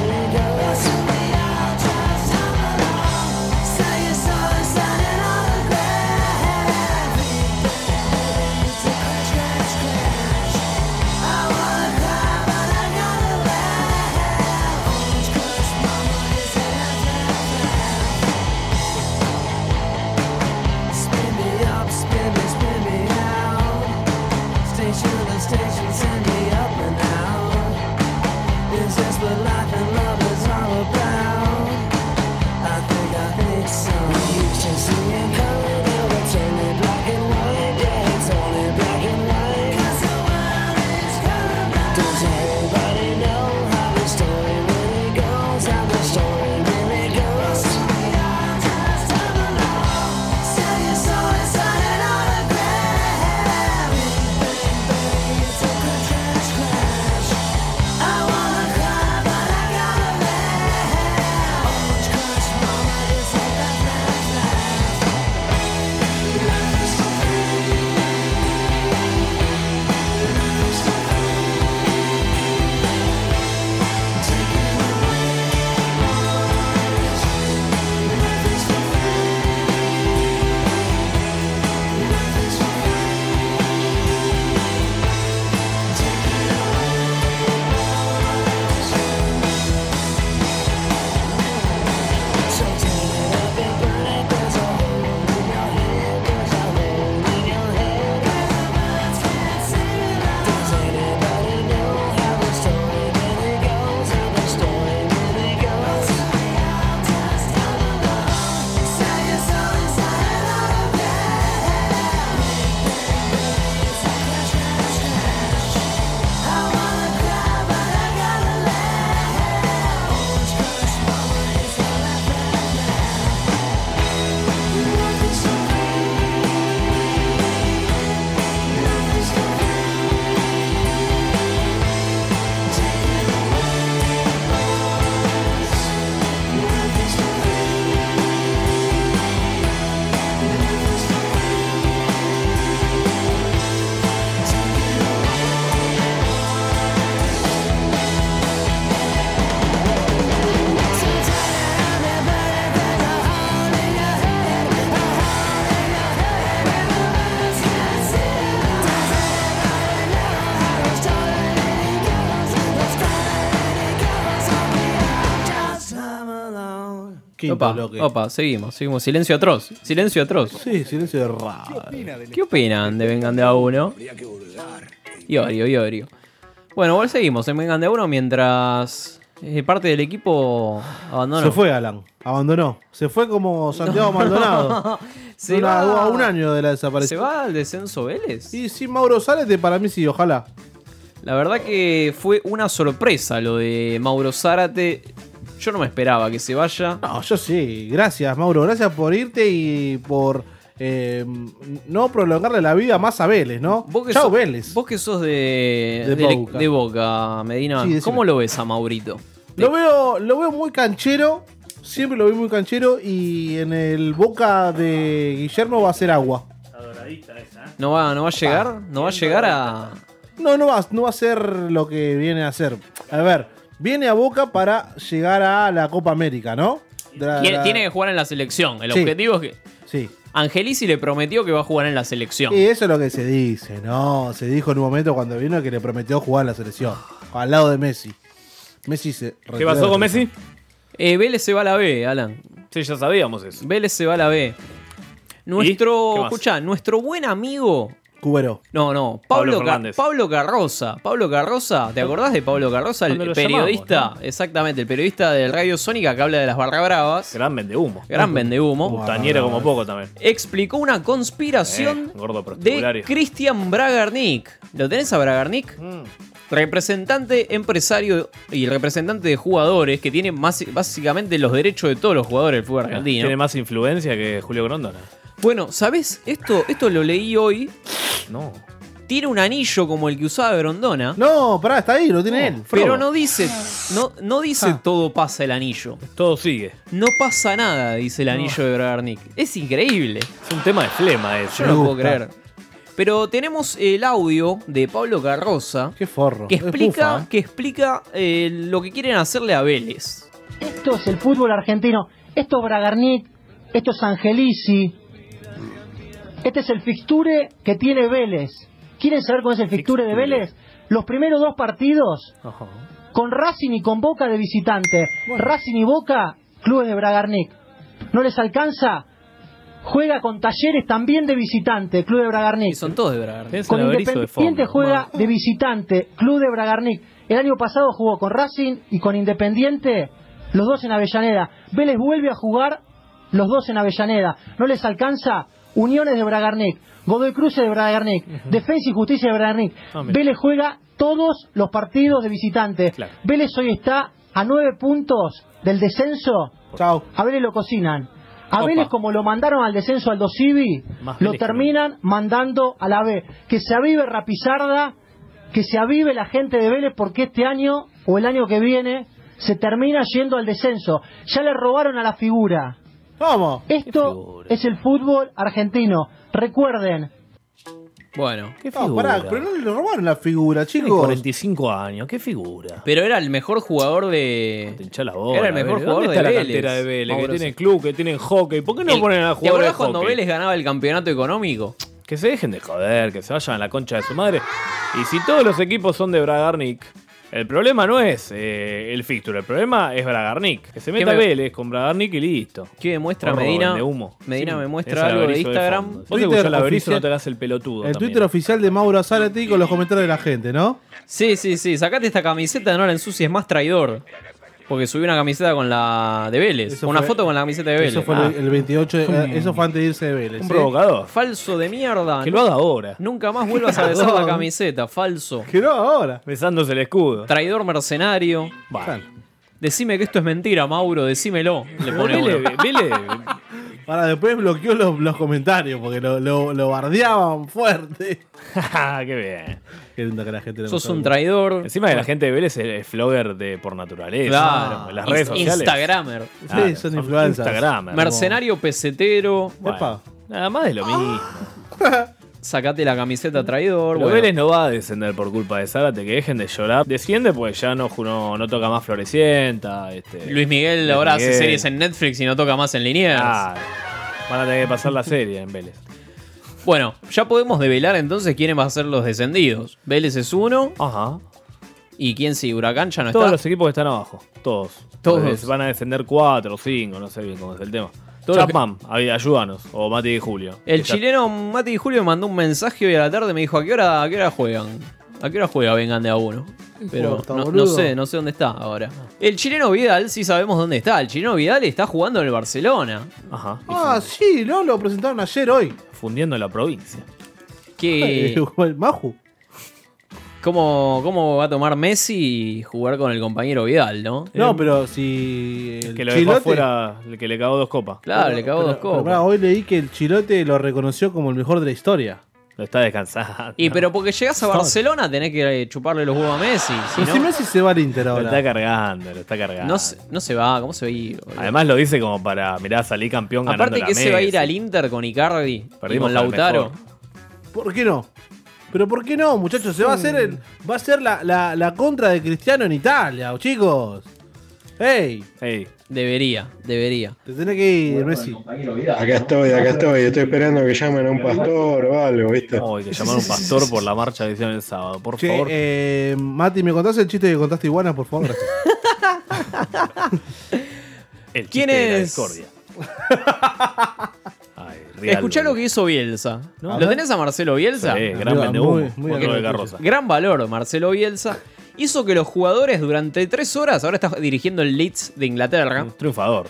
[SPEAKER 7] Quinto
[SPEAKER 6] opa,
[SPEAKER 7] bloque.
[SPEAKER 6] opa, seguimos, seguimos. Silencio atroz. Silencio atroz.
[SPEAKER 7] Sí, silencio de raro.
[SPEAKER 6] ¿Qué opinan de Vengan de a uno? Iorio, Iorio. Bueno, igual seguimos en Vengan de a uno mientras eh, parte del equipo abandonó.
[SPEAKER 7] Se fue Alan, abandonó. Se fue como Santiago
[SPEAKER 6] No.
[SPEAKER 7] Maldonado.
[SPEAKER 6] Se
[SPEAKER 7] Una-
[SPEAKER 6] va.
[SPEAKER 7] a un año de la
[SPEAKER 6] ¿Se
[SPEAKER 7] desaparición.
[SPEAKER 6] va al descenso Vélez?
[SPEAKER 7] Y sí, Mauro Zárate para mí sí, ojalá.
[SPEAKER 6] La verdad que fue una sorpresa lo de Mauro Zárate. Yo no me esperaba que se vaya.
[SPEAKER 7] No, yo sí. Gracias, Mauro. Gracias por irte y por eh, no prolongarle la vida más a Vélez, ¿no?
[SPEAKER 6] que
[SPEAKER 7] Chao,
[SPEAKER 6] sos-
[SPEAKER 7] Vélez.
[SPEAKER 6] Vos que sos de,
[SPEAKER 7] De
[SPEAKER 6] de-
[SPEAKER 7] Boca.
[SPEAKER 6] de Boca, Medina,
[SPEAKER 7] Sí, decime.
[SPEAKER 6] ¿cómo lo ves a Maurito?
[SPEAKER 7] Lo veo, lo veo muy canchero. Siempre lo vi muy canchero. Y en el boca de Guillermo va a ser agua.
[SPEAKER 6] ¿No va, Ah, no va a llegar? ¿No va a llegar a...?
[SPEAKER 7] No, no va, no va a ser lo que viene a hacer. A ver, viene a boca para llegar a la Copa América, ¿no? De la-
[SPEAKER 6] Tiene,
[SPEAKER 7] la-
[SPEAKER 6] tiene que jugar en la selección. El
[SPEAKER 7] Sí.
[SPEAKER 6] objetivo es que...
[SPEAKER 7] Sí.
[SPEAKER 6] Angelici le prometió que va a jugar en la selección.
[SPEAKER 7] Y eso es lo que se dice, ¿no? Se dijo en un momento cuando vino que le prometió jugar a la selección. Al lado de Messi. Messi se.
[SPEAKER 6] ¿Qué pasó con Messi? Eh, Vélez se va a la B, Alan.
[SPEAKER 8] Sí, ya sabíamos eso.
[SPEAKER 6] Vélez se va a la B.
[SPEAKER 8] ¿Qué
[SPEAKER 6] Nuestro,
[SPEAKER 8] más?
[SPEAKER 6] escuchá, nuestro buen amigo.
[SPEAKER 7] Cubero.
[SPEAKER 6] No, no, Pablo,
[SPEAKER 8] Pablo
[SPEAKER 6] Ca-
[SPEAKER 8] Fernández.
[SPEAKER 6] Pablo Carroza. Pablo Carroza, ¿te acordás de Pablo Carroza? El
[SPEAKER 8] Cuando lo
[SPEAKER 6] periodista, exactamente, el periodista del Radio Sónica que habla de las barra bravas.
[SPEAKER 8] Gran vende humo.
[SPEAKER 6] Gran vende humo.
[SPEAKER 8] Putañera como poco también.
[SPEAKER 6] Explicó una
[SPEAKER 8] Eh,
[SPEAKER 6] conspiración
[SPEAKER 8] gordo
[SPEAKER 6] de
[SPEAKER 8] prostibulario.
[SPEAKER 6] Cristian Bragarnik. ¿Lo tenés a Bragarnik?
[SPEAKER 8] Mm.
[SPEAKER 6] Representante empresario y representante de jugadores que tiene más, básicamente los derechos de todos los jugadores del fútbol argentino.
[SPEAKER 8] Tiene más influencia que Julio Grondona.
[SPEAKER 6] Bueno, ¿sabés? Esto, esto lo leí hoy.
[SPEAKER 8] No.
[SPEAKER 6] Tiene un anillo como el que usaba Grondona.
[SPEAKER 7] No, pará, está ahí, lo tiene él. Ah.
[SPEAKER 6] Pero
[SPEAKER 7] Frodo.
[SPEAKER 6] no dice, no, no dice todo pasa el anillo.
[SPEAKER 8] Todo sigue.
[SPEAKER 6] No pasa nada, dice el anillo de Bragarnik. Es increíble.
[SPEAKER 8] Es un tema de flema eso.
[SPEAKER 6] Yo no lo puedo creer. Pero tenemos el audio de Pablo Carroza.
[SPEAKER 7] Qué forro.
[SPEAKER 6] Que
[SPEAKER 9] Es
[SPEAKER 6] explica,
[SPEAKER 9] pufa, ¿eh?
[SPEAKER 6] que explica eh, lo que quieren hacerle a Vélez.
[SPEAKER 9] Esto es el fútbol argentino. Esto es Bragarnik. Esto es Angelici. Este es el fixture que tiene Vélez. ¿Quieren saber cuál es el fixture de Vélez? Los primeros dos partidos con Racing y con Boca de visitante. Racing y Boca, clubes de Bragarnik. ¿No les alcanza? Juega con Talleres también de visitante, club de Bragarnik.
[SPEAKER 6] son todos de Bragarnik.
[SPEAKER 9] Con Independiente juega de visitante, Club de Bragarnik. El año pasado jugó con Racing y con Independiente, los dos en Avellaneda. Vélez vuelve a jugar los dos en Avellaneda. No les alcanza Uniones de Bragarnik, Godoy Cruce de Bragarnik, Defensa y Justicia de Bragarnik.
[SPEAKER 25] Ah, mira.
[SPEAKER 9] Vélez juega todos los partidos de visitante. Vélez hoy está a nueve puntos del descenso. A Vélez lo cocinan. A
[SPEAKER 25] Opa.
[SPEAKER 9] Vélez como lo mandaron al descenso al Dosivi,
[SPEAKER 25] Más
[SPEAKER 9] lo
[SPEAKER 25] Vélez que
[SPEAKER 9] terminan mandando a la B. Que se avive Rapizarda, que se avive la gente de Vélez porque este año o el año que viene se termina yendo al descenso. Ya le robaron a la figura.
[SPEAKER 7] ¿Cómo?
[SPEAKER 9] Esto es el fútbol argentino. Recuerden,
[SPEAKER 6] Bueno.
[SPEAKER 7] No, pará, pero no le robaron la figura,
[SPEAKER 8] Tiene
[SPEAKER 7] chicos.
[SPEAKER 8] 45 años, qué figura.
[SPEAKER 6] Pero era el mejor jugador
[SPEAKER 8] Ah,
[SPEAKER 6] de. era el mejor
[SPEAKER 8] Vélez.
[SPEAKER 6] jugador
[SPEAKER 8] ¿Dónde
[SPEAKER 6] de
[SPEAKER 8] está la
[SPEAKER 6] Vélez.
[SPEAKER 8] cantera de Vélez?
[SPEAKER 6] Mauro
[SPEAKER 8] Que tienen club, que tienen hockey. ¿Por qué no
[SPEAKER 6] El-
[SPEAKER 8] ponen a
[SPEAKER 6] ¿Te
[SPEAKER 8] jugar de
[SPEAKER 6] acordás cuando
[SPEAKER 8] hockey?
[SPEAKER 6] Vélez ganaba el campeonato económico?
[SPEAKER 8] Que se dejen de joder, que se vayan a la concha de su madre. Y si todos los equipos son de Bragarnik, el problema no es eh, el fixture, el problema es Bragarnik. Que se meta
[SPEAKER 6] me-
[SPEAKER 8] Vélez con Bragarnik y listo.
[SPEAKER 6] ¿Qué me muestra
[SPEAKER 8] Horror,
[SPEAKER 6] Medina?
[SPEAKER 8] de humo.
[SPEAKER 6] Medina
[SPEAKER 8] Sí,
[SPEAKER 6] me
[SPEAKER 8] es
[SPEAKER 6] muestra
[SPEAKER 8] el
[SPEAKER 6] algo de
[SPEAKER 8] averizo de
[SPEAKER 6] Instagram.
[SPEAKER 8] fondo. Vos
[SPEAKER 7] Twitter
[SPEAKER 8] escuchás el averizo
[SPEAKER 7] oficial-
[SPEAKER 8] no te hagas el pelotudo.
[SPEAKER 7] El
[SPEAKER 8] también.
[SPEAKER 7] Twitter oficial de Mauro Zárate con los comentarios de la gente, ¿no?
[SPEAKER 6] Sí, sí, sí. Sacate esta camiseta, no la ensucies, más traidor. Porque subí una camiseta con la de Vélez.
[SPEAKER 7] Eso
[SPEAKER 6] una
[SPEAKER 7] fue-
[SPEAKER 6] foto con la camiseta de Vélez.
[SPEAKER 7] Eso fue
[SPEAKER 6] Ah.
[SPEAKER 7] el 28, de- eh, eso fue antes de irse de Vélez.
[SPEAKER 6] Un
[SPEAKER 7] ¿eh?
[SPEAKER 6] provocador. Falso de mierda.
[SPEAKER 8] Que lo haga ahora.
[SPEAKER 6] Nunca más vuelvas a besar la camiseta, falso.
[SPEAKER 7] Que lo haga ahora.
[SPEAKER 8] Besándose el escudo.
[SPEAKER 6] Traidor mercenario. Decime que esto es mentira, Mauro, decímelo. Le pone uno.
[SPEAKER 8] Vélez, Vélez,
[SPEAKER 7] Ahora después bloqueó los, los comentarios porque lo, lo, lo bardeaban fuerte.
[SPEAKER 8] qué bien.
[SPEAKER 7] Qué lindo que la gente le
[SPEAKER 6] Sos
[SPEAKER 7] gustaba.
[SPEAKER 6] un traidor.
[SPEAKER 8] Encima de la gente de Vélez es es flogger de por naturaleza.
[SPEAKER 6] Claro.
[SPEAKER 8] En las redes
[SPEAKER 6] Inst-
[SPEAKER 8] sociales.
[SPEAKER 6] Instagrammer.
[SPEAKER 7] Sí,
[SPEAKER 8] Claro,
[SPEAKER 7] son influencers.
[SPEAKER 8] Instagrammer.
[SPEAKER 6] Mercenario pesetero.
[SPEAKER 8] Bueno, nada más de lo mismo.
[SPEAKER 6] Ah. Sacate la camiseta traidor.
[SPEAKER 8] Pero
[SPEAKER 6] bueno.
[SPEAKER 8] Vélez no va a descender por culpa de Zárate, que dejen de llorar. Desciende porque ya no, no, no toca más Florecienta. Este,
[SPEAKER 6] Luis Miguel
[SPEAKER 8] Luis
[SPEAKER 6] ahora hace
[SPEAKER 8] Miguel.
[SPEAKER 6] series en Netflix y no toca más en Liniers.
[SPEAKER 8] Ah, van a tener que pasar la serie en Vélez.
[SPEAKER 6] Bueno, ya podemos develar entonces quiénes van a ser los descendidos. Vélez es uno.
[SPEAKER 8] Ajá.
[SPEAKER 6] ¿Y quién sí? ¿Huracán ya no
[SPEAKER 8] Todos
[SPEAKER 6] está?
[SPEAKER 8] los equipos que están abajo. Todos.
[SPEAKER 6] Todos.
[SPEAKER 8] Entonces, van a defender 4 o 5, no sé bien cómo es el tema.
[SPEAKER 6] Todos los que-
[SPEAKER 8] Chapman, ay- ayúdanos. O Mati y Julio.
[SPEAKER 6] El
[SPEAKER 8] Que ya-
[SPEAKER 6] chileno Mati y Julio me mandó un mensaje hoy a la tarde y me dijo, ¿a qué hora, a qué hora juegan? ¿A qué hora juega Vengan de a uno? Pero
[SPEAKER 8] Importa,
[SPEAKER 6] no, no
[SPEAKER 8] boludo.
[SPEAKER 6] sé, no sé dónde está ahora. El chileno Vidal, sí sabemos dónde está. El chileno Vidal está jugando en el Barcelona.
[SPEAKER 8] Ajá.
[SPEAKER 7] Ah, sí, ¿no? Lo presentaron ayer, hoy.
[SPEAKER 8] Fundiendo la provincia.
[SPEAKER 6] ¿Qué,
[SPEAKER 7] El Maju.
[SPEAKER 6] Eh, cómo, ¿Cómo va a tomar Messi y jugar con el compañero Vidal, no?
[SPEAKER 7] No, pero si.
[SPEAKER 8] Eh,
[SPEAKER 7] el
[SPEAKER 6] que lo
[SPEAKER 7] Chilote-
[SPEAKER 6] dejó
[SPEAKER 8] fuera, el que le cagó dos copas.
[SPEAKER 6] Claro, le cagó dos
[SPEAKER 7] Pero, pero,
[SPEAKER 6] copas.
[SPEAKER 7] pará, hoy leí que el Chilote lo reconoció como el mejor de la historia.
[SPEAKER 8] Lo está descansando.
[SPEAKER 6] Y pero porque llegas a
[SPEAKER 7] Está-
[SPEAKER 6] Barcelona tenés que eh, chuparle los huevos a Messi. Si
[SPEAKER 7] Pero
[SPEAKER 6] no,
[SPEAKER 7] si Messi se va al Inter
[SPEAKER 8] Lo
[SPEAKER 7] ahora.
[SPEAKER 8] está cargando, lo está cargando.
[SPEAKER 6] no, se, no se va, ¿cómo se va a ir? boludo?
[SPEAKER 8] Además lo dice como para, mirá, salí campeón ganando
[SPEAKER 6] Aparte que se va a ir al Inter con Icardi y
[SPEAKER 8] Perdimos
[SPEAKER 6] con
[SPEAKER 8] al
[SPEAKER 6] Lautaro.
[SPEAKER 7] ¿Por qué no? Pero ¿por qué no, muchachos? Se va a hacer el, va a ser la, la- la contra de Cristiano en Italia, chicos. ¡Ey!
[SPEAKER 6] Debería, debería.
[SPEAKER 7] Te tenés que ir, Messi.
[SPEAKER 25] Acá estoy, acá estoy, estoy esperando que llamen a un pastor o algo, ¿viste?
[SPEAKER 8] No, hay que llamar a un pastor por la marcha que hicieron el sábado, por
[SPEAKER 7] Che,
[SPEAKER 8] favor.
[SPEAKER 7] eh, Mati, ¿me contás el chiste que contaste Iguana, por favor? Gracias.
[SPEAKER 8] El
[SPEAKER 6] ¿Quién
[SPEAKER 8] chiste de la
[SPEAKER 6] es?
[SPEAKER 8] discordia. Real,
[SPEAKER 6] Escuchá lo que hizo Bielsa.
[SPEAKER 8] No.
[SPEAKER 6] ¿Lo tenés a Marcelo Bielsa?
[SPEAKER 8] Sí, gran Muy- vendehumos, muy- muy boludo de carroza.
[SPEAKER 6] Gran valor, Marcelo Bielsa. Hizo que los jugadores durante tres horas, ahora está dirigiendo el Leeds de Inglaterra.
[SPEAKER 8] triunfador.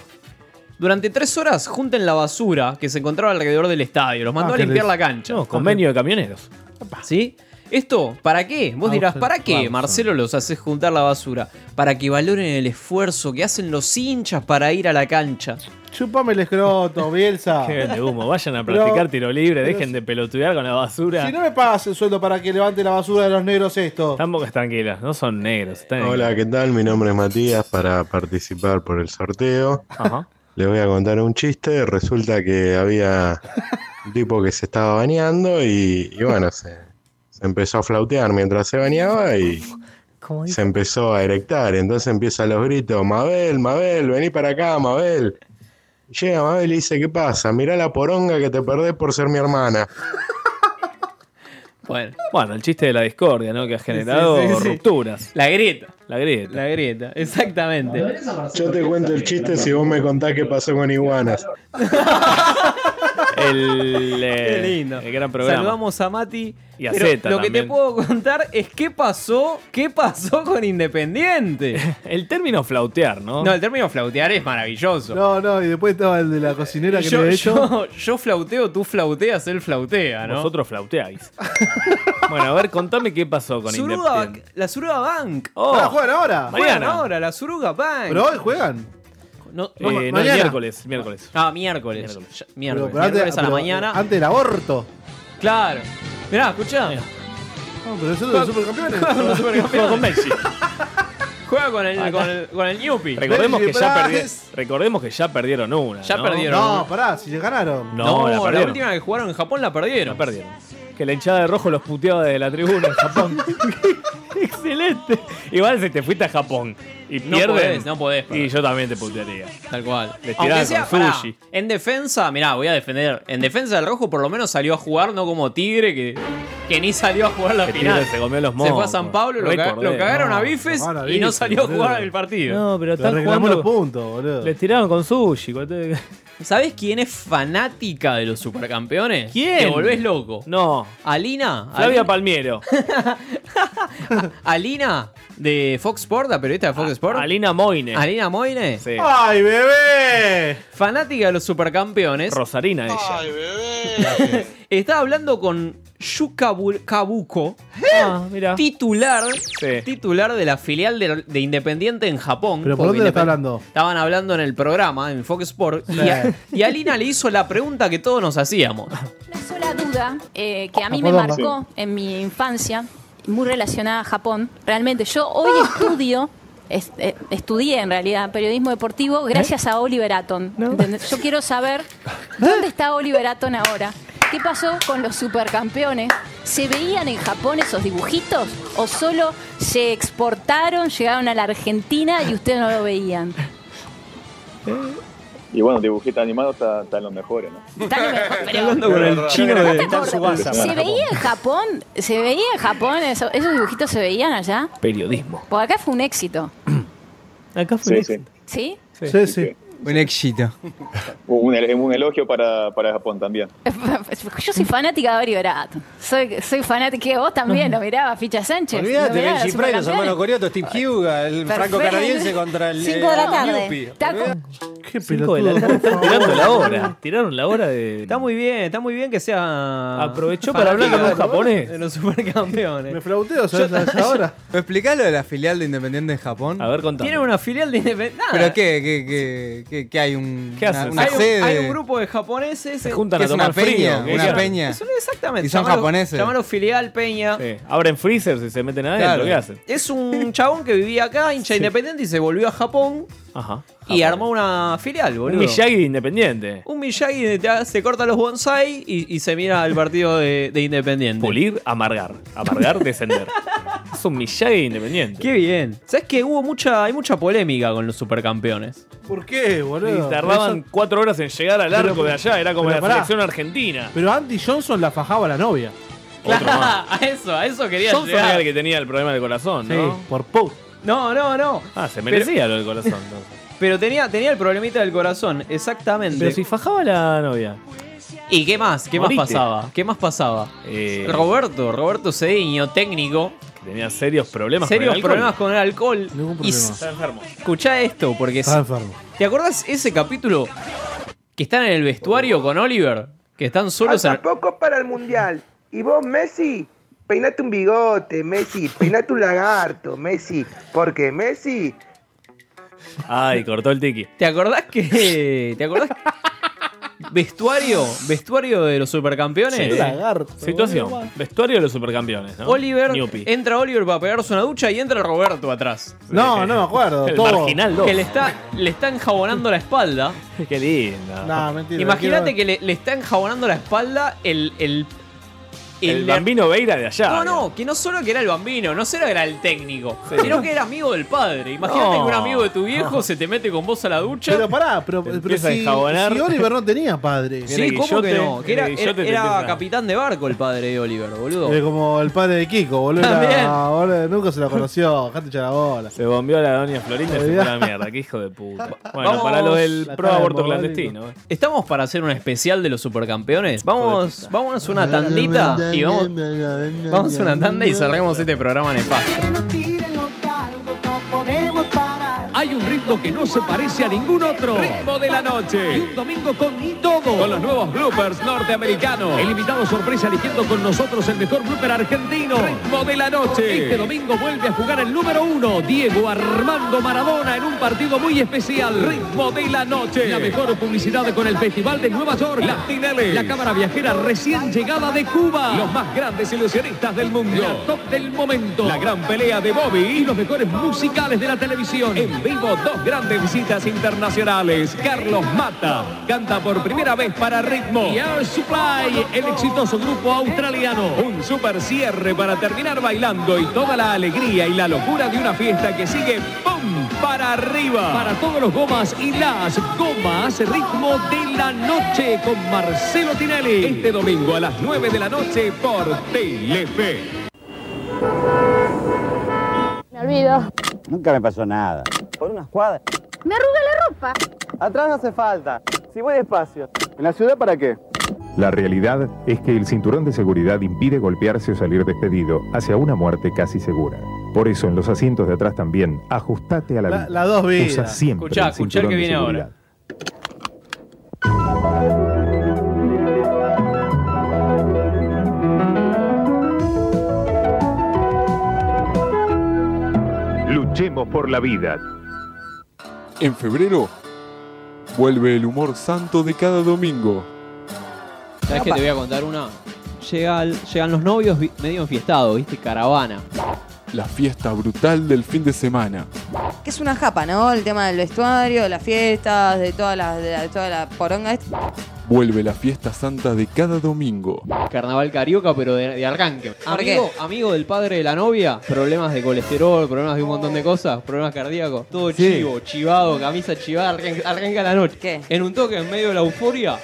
[SPEAKER 6] Durante tres horas junten la basura que se encontraba alrededor del estadio. Los mandó
[SPEAKER 8] Ah,
[SPEAKER 6] a
[SPEAKER 8] que
[SPEAKER 6] limpiar
[SPEAKER 8] les-
[SPEAKER 6] la cancha.
[SPEAKER 8] No, convenio de camioneros.
[SPEAKER 6] ¿Sí? Esto, ¿para qué?
[SPEAKER 8] Ah,
[SPEAKER 6] Vos dirás, ¿para qué, Marcelo, los haces juntar la basura? Para que valoren el esfuerzo que hacen los hinchas para ir a la cancha.
[SPEAKER 7] Chupame el escroto, Bielsa.
[SPEAKER 8] Qué vende humo, vayan a
[SPEAKER 7] Pero-
[SPEAKER 8] practicar tiro libre,
[SPEAKER 7] pero
[SPEAKER 8] dejen de pelotudear con la basura.
[SPEAKER 7] Si no me pagas el sueldo para que levante la basura de los negros esto.
[SPEAKER 8] Tampoco están tranquilas, no son negros. Están
[SPEAKER 25] Hola, ¿qué tal? Mi nombre es Matías para participar por el sorteo.
[SPEAKER 8] Ajá.
[SPEAKER 25] Les voy a contar un chiste. Resulta que había un tipo que se estaba bañando y, y bueno, se, se empezó a flautear mientras se bañaba y se empezó a erectar. Entonces empiezan los gritos, Mabel, Mabel, vení para acá, Mabel. Llega Mabel y dice, ¿qué pasa? Mirá la poronga que te perdés por ser mi hermana.
[SPEAKER 6] Bueno.
[SPEAKER 8] el chiste de la discordia, ¿no? Que ha generado
[SPEAKER 25] sí, sí.
[SPEAKER 8] rupturas.
[SPEAKER 6] La grieta.
[SPEAKER 8] La grieta. Eh,
[SPEAKER 6] La grieta, exactamente.
[SPEAKER 25] Yo te cuento el chiste si vos me contás qué pasó con iguanas.
[SPEAKER 8] El, eh,
[SPEAKER 6] Qué lindo.
[SPEAKER 8] el gran programa.
[SPEAKER 6] Saludamos a Mati.
[SPEAKER 8] Y a
[SPEAKER 6] Pero
[SPEAKER 8] Zeta
[SPEAKER 6] Lo que te
[SPEAKER 8] también.
[SPEAKER 6] puedo contar es qué pasó, qué pasó con Independiente.
[SPEAKER 8] el término flautear, ¿no?
[SPEAKER 6] No, el término flautear es maravilloso.
[SPEAKER 7] No, no, y después estaba el de la cocinera que
[SPEAKER 6] yo,
[SPEAKER 7] le he hecho.
[SPEAKER 6] yo- yo flauteo, tú flauteas, él flautea, ¿no?
[SPEAKER 8] Vosotros flauteáis. bueno, a ver, contame qué pasó con
[SPEAKER 6] Suruga-
[SPEAKER 8] Independiente.
[SPEAKER 6] la Suruga Bank.
[SPEAKER 8] Oh.
[SPEAKER 7] Ah, juegan ahora.
[SPEAKER 6] Juegan
[SPEAKER 8] Mañana.
[SPEAKER 6] ahora, la Suruga Bank.
[SPEAKER 7] Pero hoy juegan.
[SPEAKER 6] No,
[SPEAKER 8] Eh, no,
[SPEAKER 7] mañana.
[SPEAKER 8] miércoles, miércoles.
[SPEAKER 6] Ah, miércoles. Ya- Miércoles.
[SPEAKER 7] Pero- pero
[SPEAKER 6] Miércoles a la
[SPEAKER 7] pero
[SPEAKER 6] mañana.
[SPEAKER 7] Antes del aborto.
[SPEAKER 6] Claro. Mirá, escuchá.
[SPEAKER 7] No, pero nosotros los supercampeones.
[SPEAKER 6] Juega con los supercampeones.
[SPEAKER 8] Con Messi.
[SPEAKER 6] Juega con el, con el, con el Newpi.
[SPEAKER 8] Recordemos que, ya
[SPEAKER 6] Braves.
[SPEAKER 8] perdi- recordemos que ya perdieron una.
[SPEAKER 6] Ya
[SPEAKER 8] ¿no?
[SPEAKER 6] perdieron.
[SPEAKER 7] No, pará, si le ganaron.
[SPEAKER 8] No, la
[SPEAKER 6] la,
[SPEAKER 8] perdieron.
[SPEAKER 6] última que jugaron en Japón la perdieron.
[SPEAKER 8] La perdieron. Que la hinchada de rojo los puteaba desde la tribuna en Japón. Excelente. Igual si te fuiste a Japón y
[SPEAKER 6] No
[SPEAKER 8] pierdes.
[SPEAKER 6] podés, no podés
[SPEAKER 8] Y yo también te putearía.
[SPEAKER 6] Tal cual.
[SPEAKER 8] Les
[SPEAKER 6] Aunque
[SPEAKER 8] tiraba
[SPEAKER 6] sea,
[SPEAKER 8] con
[SPEAKER 6] pará,
[SPEAKER 8] sushi.
[SPEAKER 6] en defensa, mirá, voy a defender. En defensa del rojo por lo menos salió a jugar, no como Tigre, que, que ni salió a jugar la
[SPEAKER 8] Que
[SPEAKER 6] final.
[SPEAKER 8] Tigre se comió los
[SPEAKER 6] Se fue a
[SPEAKER 8] mocos.
[SPEAKER 6] San Pablo, lo,
[SPEAKER 8] Re
[SPEAKER 6] ca-
[SPEAKER 8] cordero.
[SPEAKER 6] lo cagaron a
[SPEAKER 8] No,
[SPEAKER 6] bifes
[SPEAKER 8] cagaron a
[SPEAKER 6] y no
[SPEAKER 8] bifes,
[SPEAKER 6] salió a jugar
[SPEAKER 8] boludo.
[SPEAKER 6] el partido.
[SPEAKER 8] No, pero
[SPEAKER 7] Le reclamó los puntos, boludo.
[SPEAKER 8] Les tiraron con sushi. cuate-
[SPEAKER 6] ¿Sabés quién es fanática de los supercampeones?
[SPEAKER 8] ¿Quién?
[SPEAKER 6] Te volvés loco.
[SPEAKER 8] No.
[SPEAKER 6] Alina.
[SPEAKER 8] Flavia
[SPEAKER 6] Alina-
[SPEAKER 8] Palmiero.
[SPEAKER 6] Alina de Fox Sport, la periodista de Fox Sport.
[SPEAKER 8] Alina Moine.
[SPEAKER 6] Alina Moine.
[SPEAKER 7] ¡Ay, bebé!
[SPEAKER 6] Fanática de los supercampeones.
[SPEAKER 8] Rosarina ella.
[SPEAKER 6] Está hablando con Yuka Bu- Kabuko,
[SPEAKER 3] Ah,
[SPEAKER 6] titular, titular de la filial de, de Independiente en Japón.
[SPEAKER 7] ¿Pero por
[SPEAKER 6] porque
[SPEAKER 7] dónde lo está
[SPEAKER 6] Independ-
[SPEAKER 7] hablando?
[SPEAKER 6] Estaban hablando en el programa, en Fox Sport. Y, a- y Alina le hizo la pregunta que todos nos hacíamos.
[SPEAKER 13] Una sola duda eh, que a mí
[SPEAKER 6] Ah,
[SPEAKER 13] me
[SPEAKER 6] perdón,
[SPEAKER 13] marcó en mi infancia, muy relacionada a Japón. Realmente, yo hoy estudio, es- eh, estudié en realidad periodismo deportivo gracias a Oliver Aton. ¿entendés? Yo quiero saber dónde está Oliver Aton ahora. ¿Qué pasó con los supercampeones? ¿Se veían en Japón esos dibujitos o solo se exportaron, llegaron a la Argentina y ustedes no lo veían?
[SPEAKER 14] Y bueno, dibujita animado está, está en los mejores, ¿no?
[SPEAKER 13] Está en los mejores, pero-
[SPEAKER 14] hablando con el chino de Tsubasa.
[SPEAKER 13] ¿Se veía en Japón? ¿Se veía en Japón? eso- ¿Esos dibujitos se veían allá?
[SPEAKER 6] Periodismo.
[SPEAKER 13] Porque acá fue un éxito.
[SPEAKER 6] Acá
[SPEAKER 14] fue Sí, un
[SPEAKER 13] ¿Sí?
[SPEAKER 1] Sí, sí. Un éxito.
[SPEAKER 14] Un, el- un elogio para, para Japón también.
[SPEAKER 13] Yo soy fanática de Ori Barato. Soy, soy fanática que vos también lo mirabas, Ficha Sánchez.
[SPEAKER 16] Olvídate,
[SPEAKER 13] lo mirabas,
[SPEAKER 16] Benji Price, los hermanos Corioto, Steve Hyuga, el
[SPEAKER 13] Perfecto.
[SPEAKER 16] franco-canadiense contra el.
[SPEAKER 13] Cinco de la
[SPEAKER 16] eh,
[SPEAKER 13] tarde.
[SPEAKER 16] Yuppie.
[SPEAKER 13] Taco.
[SPEAKER 7] Qué
[SPEAKER 6] Cinco de la
[SPEAKER 16] pelotudo.
[SPEAKER 6] tarde.
[SPEAKER 8] Tirando la hora. Tiraron la hora de.
[SPEAKER 6] Está muy bien, está muy bien que sea.
[SPEAKER 8] Aprovechó para hablar con un japonés.
[SPEAKER 6] De los supercampeones. Me
[SPEAKER 7] flauteo,
[SPEAKER 1] ¿Me explicás lo de la filial de Independiente en Japón? A
[SPEAKER 8] ver,
[SPEAKER 6] Tienen una filial de Independiente. nada.
[SPEAKER 1] ¿Pero qué? ¿Qué, qué, qué, qué hay? Un,
[SPEAKER 6] ¿Qué
[SPEAKER 1] una-
[SPEAKER 6] hacen?
[SPEAKER 1] Una,
[SPEAKER 6] hay, un-
[SPEAKER 1] sede.
[SPEAKER 6] hay un grupo de japoneses. Se
[SPEAKER 1] juntan a tomar frío, ¿qué hicieron?
[SPEAKER 6] Eso, exactamente.
[SPEAKER 1] Y son
[SPEAKER 6] Llamalo-
[SPEAKER 1] japoneses.
[SPEAKER 6] llamalo filial Peña.
[SPEAKER 8] Sí, Abren freezer si se meten adentro,
[SPEAKER 6] Claro.
[SPEAKER 8] ¿qué hacen?
[SPEAKER 6] Es un chabón que vivía acá, hincha independiente, y se volvió a Japón
[SPEAKER 8] Ajá.
[SPEAKER 6] y armó una filial,
[SPEAKER 8] Un
[SPEAKER 6] boludo.
[SPEAKER 8] Miyagi de independiente.
[SPEAKER 6] Un Miyagi de- te- se corta los bonsai y, y se mira el partido de, de Independiente.
[SPEAKER 8] Pulir, amargar. Amargar, descender. es un Miyagi de independiente.
[SPEAKER 6] Qué bien. ¿Sabes que hubo mucha, hay mucha polémica con los supercampeones?
[SPEAKER 7] ¿Por qué, boludo?
[SPEAKER 8] Y tardaban
[SPEAKER 7] Eso-
[SPEAKER 8] cuatro horas en llegar al
[SPEAKER 7] Pero-
[SPEAKER 8] arco de allá. Era como
[SPEAKER 7] pero
[SPEAKER 8] la
[SPEAKER 7] pará.
[SPEAKER 8] selección argentina.
[SPEAKER 7] Pero Andy Johnson la fajaba a la novia.
[SPEAKER 6] a eso, a eso quería
[SPEAKER 8] Johnson
[SPEAKER 6] llegar.
[SPEAKER 8] era el que tenía el problema del corazón, ¿no?
[SPEAKER 7] Sí, por Pou.
[SPEAKER 6] No, no, no.
[SPEAKER 8] Ah, se
[SPEAKER 6] Pero-
[SPEAKER 8] merecía lo del corazón. entonces.
[SPEAKER 6] Pero tenía, tenía el problemita del corazón, exactamente.
[SPEAKER 8] Pero si fajaba la novia.
[SPEAKER 6] ¿Y qué más? ¿Qué
[SPEAKER 8] Moriste. Eh.
[SPEAKER 6] más pasaba? ¿Qué más pasaba? Roberto, Roberto Cediño, técnico.
[SPEAKER 8] Que tenía serios problemas
[SPEAKER 6] serios
[SPEAKER 8] con el alcohol.
[SPEAKER 6] problemas con el alcohol. Y
[SPEAKER 8] problema.
[SPEAKER 6] s-
[SPEAKER 8] Está enfermo.
[SPEAKER 6] Escuchá esto, porque...
[SPEAKER 8] Está
[SPEAKER 6] se-
[SPEAKER 8] enfermo.
[SPEAKER 6] ¿Te acordás ese capítulo que están en el vestuario con Oliver? Que están solos en...
[SPEAKER 17] poco para el mundial. Y vos, Messi, peinate un bigote, Messi, peinate un lagarto, Messi, porque Messi.
[SPEAKER 8] Ay, cortó el tiki.
[SPEAKER 6] ¿Te acordás que... ¿Te acordás? vestuario, vestuario de los supercampeones.
[SPEAKER 8] Sí. Situación. Vestuario de los supercampeones, ¿no?
[SPEAKER 6] Oliver,
[SPEAKER 8] Ñupi.
[SPEAKER 6] entra Oliver para pegarse una ducha y entra Roberto atrás.
[SPEAKER 7] No, no me acuerdo.
[SPEAKER 6] El
[SPEAKER 7] todo.
[SPEAKER 6] marginal dos. Que le está, le está enjabonando la espalda.
[SPEAKER 8] Qué lindo.
[SPEAKER 7] No, mentira,
[SPEAKER 6] Imagínate
[SPEAKER 7] quiero-
[SPEAKER 6] que le, le está enjabonando la espalda el. El,
[SPEAKER 8] El bambino Veira de allá.
[SPEAKER 6] No, no, que no solo que era el bambino, no solo era el técnico, sino que era amigo del padre. Imagínate
[SPEAKER 7] No.
[SPEAKER 6] que un amigo de tu viejo se te mete con vos a la ducha.
[SPEAKER 7] Pero pará, pero, pero
[SPEAKER 6] empieza a
[SPEAKER 7] si,
[SPEAKER 6] enjabonar.
[SPEAKER 7] si Oliver no tenía padre.
[SPEAKER 6] Sí, ¿cómo que no? Que
[SPEAKER 7] Era
[SPEAKER 6] era, era-
[SPEAKER 7] Guillote,
[SPEAKER 6] era
[SPEAKER 7] te empieza-
[SPEAKER 6] capitán de barco el padre de Oliver, boludo.
[SPEAKER 7] Era como el padre de Kiko, boludo. Era-
[SPEAKER 6] También.
[SPEAKER 7] boludo, nunca se lo conoció. Dejate echar la bola.
[SPEAKER 8] Se bombeó a la doña Florinda y se fue a la mierda. Qué hijo de puta. Bueno, para lo del
[SPEAKER 6] La
[SPEAKER 8] pro
[SPEAKER 6] cara de
[SPEAKER 8] aborto
[SPEAKER 6] Mogol,
[SPEAKER 8] clandestino. eh.
[SPEAKER 6] ¿Estamos para hacer un especial de los supercampeones? Vamos, vámonos una tandita y vamos, vamos a una tanda y cerremos este programa en paz.
[SPEAKER 10] Hay un ritmo que no se parece a ningún otro. Ritmo de la noche. un domingo con todo. Con los nuevos bloopers norteamericanos. El invitado sorpresa eligiendo con nosotros el mejor blooper argentino. Ritmo de la noche. Este domingo vuelve a jugar el número uno, Diego Armando Maradona, en un partido muy especial. Ritmo de la noche. La mejor publicidad con el Festival de Nueva York. Las Tinelli. La cámara viajera recién llegada de Cuba. Los más grandes ilusionistas del mundo. La top del momento. La gran pelea de Bobby. Y los mejores musicales de la televisión. En vivo, dos grandes visitas internacionales. Carlos Mata canta por primera vez para Ritmo. Y Air Supply, el exitoso grupo australiano. Un super cierre para terminar bailando y toda la alegría y la locura de una fiesta que sigue ¡pum! para arriba. Para todos los gomas y las gomas, Ritmo de la Noche con Marcelo Tinelli. Este domingo a las 9 de la noche por Telefe.
[SPEAKER 26] Me olvido.
[SPEAKER 2] Nunca me pasó nada.
[SPEAKER 26] Por unas cuadras.
[SPEAKER 2] Me arruga la ropa.
[SPEAKER 26] Atrás no hace falta. Si voy despacio.
[SPEAKER 27] ¿En la ciudad para qué?
[SPEAKER 28] La realidad es que el cinturón de seguridad impide golpearse o salir despedido hacia una muerte casi segura. Por eso en los asientos de atrás también, ajustate a la,
[SPEAKER 7] La-
[SPEAKER 28] vida.
[SPEAKER 7] las dos vidas.
[SPEAKER 28] Usa siempre
[SPEAKER 6] Escuchá,
[SPEAKER 28] el
[SPEAKER 6] escuchá el
[SPEAKER 28] cinturón
[SPEAKER 6] que
[SPEAKER 28] de
[SPEAKER 6] viene ahora.
[SPEAKER 28] seguridad. Luchemos por la vida.
[SPEAKER 29] En febrero vuelve el humor santo de cada domingo.
[SPEAKER 6] ¿Sabes que te voy a contar una? Llega el- llegan los novios vi- medio enfiestados, ¿viste? Caravana.
[SPEAKER 29] La fiesta brutal del fin de semana.
[SPEAKER 30] Que es una japa, ¿no? El tema del vestuario, de las fiestas, de todas las de, la- de toda la poronga.
[SPEAKER 29] Vuelve la fiesta santa de cada domingo.
[SPEAKER 6] Carnaval carioca, pero de, de arranque. Amigo, amigo del padre de la novia, problemas de colesterol, problemas de un montón de cosas, problemas cardíacos, todo
[SPEAKER 3] Sí.
[SPEAKER 6] chivo, chivado, camisa chivada, arranca, arranca la noche.
[SPEAKER 3] ¿Qué?
[SPEAKER 6] En un toque, en medio de la euforia,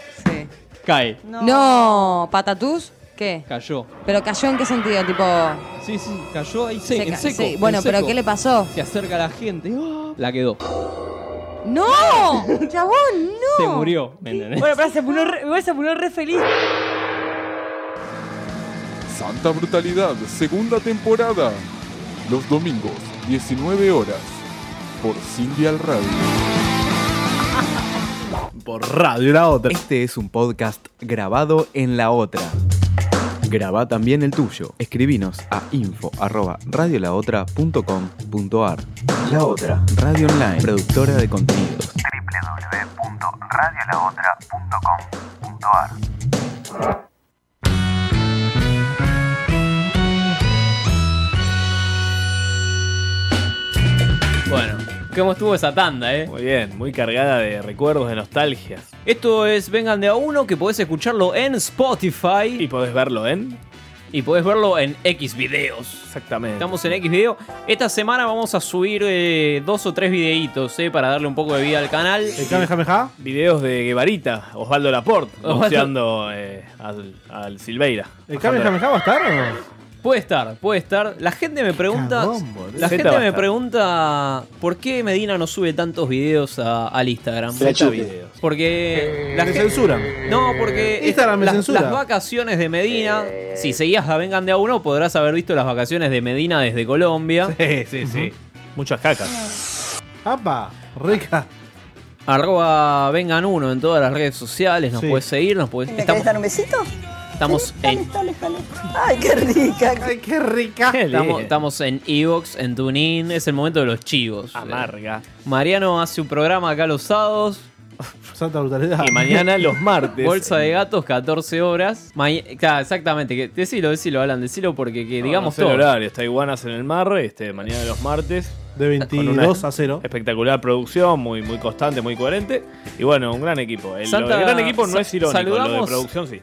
[SPEAKER 6] cae,
[SPEAKER 3] No. patatús, ¿qué?
[SPEAKER 6] cayó.
[SPEAKER 3] ¿Pero cayó en qué sentido? Tipo.
[SPEAKER 6] Sí, sí, cayó ahí se-
[SPEAKER 3] se
[SPEAKER 6] en
[SPEAKER 3] ca-
[SPEAKER 6] seco.
[SPEAKER 3] sí. Bueno,
[SPEAKER 6] en
[SPEAKER 3] pero
[SPEAKER 6] seco.
[SPEAKER 3] ¿qué le pasó?
[SPEAKER 6] Se acerca la gente, ¡ah! la quedó.
[SPEAKER 3] ¡No! ¡Chabón, no!
[SPEAKER 6] Se murió, ¿me entendés?
[SPEAKER 3] Bueno, pero se puso re, igual se puso re feliz.
[SPEAKER 29] Santa Brutalidad, segunda temporada. Los domingos, 19 horas. Por Silvia al Radio.
[SPEAKER 7] Por radio la otra.
[SPEAKER 4] Este es un podcast grabado en la otra. Graba también el tuyo. Escribinos a info arroba radiolaotra.com.ar. La otra. Radio Online, productora de contenidos.
[SPEAKER 18] www.radiolaotra.com.ar
[SPEAKER 6] Bueno, ¿cómo estuvo esa tanda, eh?
[SPEAKER 8] Muy bien, muy cargada de recuerdos, de nostalgias.
[SPEAKER 6] Esto es Vengan de a uno que podés escucharlo en Spotify. Y podés verlo en. Y podés verlo en X videos.
[SPEAKER 8] Exactamente.
[SPEAKER 6] Estamos en X video. Esta semana vamos a subir eh, dos o tres videitos, eh, para darle un poco de vida al canal.
[SPEAKER 7] Eh,
[SPEAKER 8] Videos de Guevarita, Osvaldo Laporte,
[SPEAKER 6] Osvaldo-
[SPEAKER 8] anunciando eh, al, al Silveira.
[SPEAKER 7] ¿El Kamehameha va a estar o no?
[SPEAKER 6] Puede estar, puede estar. La gente me pregunta. la
[SPEAKER 8] Z
[SPEAKER 6] gente
[SPEAKER 8] va a
[SPEAKER 6] me
[SPEAKER 8] estar.
[SPEAKER 6] pregunta por qué Medina no sube tantos videos a- al Instagram.
[SPEAKER 8] Se la
[SPEAKER 6] Zeta
[SPEAKER 8] chupe.
[SPEAKER 6] videos. Porque.
[SPEAKER 7] me
[SPEAKER 6] gen-
[SPEAKER 7] censuran.
[SPEAKER 6] No, porque.
[SPEAKER 7] Instagram me
[SPEAKER 6] las-
[SPEAKER 7] censura.
[SPEAKER 6] Las vacaciones de Medina.
[SPEAKER 8] Eh,
[SPEAKER 6] Si seguías a Vengan de a uno, podrás haber visto las vacaciones de Medina desde Colombia. Sí, sí, sí. Muchas cacas.
[SPEAKER 7] ¡Apa! ¡Rica!
[SPEAKER 6] Arroba Vengan uno en todas las redes sociales. Nos
[SPEAKER 7] Sí.
[SPEAKER 6] puedes seguir, nos puedes.
[SPEAKER 5] ¿Me querés
[SPEAKER 6] Estamos,
[SPEAKER 5] dar un besito?
[SPEAKER 6] estamos en
[SPEAKER 5] Dale, dale. Ay, qué rica.
[SPEAKER 7] Ay, qué rica.
[SPEAKER 6] Estamos, estamos en Evox, en TuneIn, es el momento de los chivos.
[SPEAKER 8] Amarga.
[SPEAKER 6] Mariano hace un programa acá los sábados.
[SPEAKER 7] Santa brutalidad.
[SPEAKER 6] Y mañana los
[SPEAKER 8] martes.
[SPEAKER 6] Bolsa de gatos, 14 horas. Ma- claro, exactamente. que- decilo, decilo, Alan, decilo porque que
[SPEAKER 8] No, no
[SPEAKER 6] digamos
[SPEAKER 8] sé el
[SPEAKER 6] todo.
[SPEAKER 8] horario, está Iguanas en el Mar, este, mañana de los martes.
[SPEAKER 7] De 22 a 0.
[SPEAKER 8] Espectacular producción, muy, muy constante, muy coherente. Y bueno, un gran equipo. El,
[SPEAKER 6] Santa-
[SPEAKER 8] lo de gran equipo no
[SPEAKER 6] sa-
[SPEAKER 8] es irónico, lo de
[SPEAKER 6] saludamos-
[SPEAKER 8] producción sí.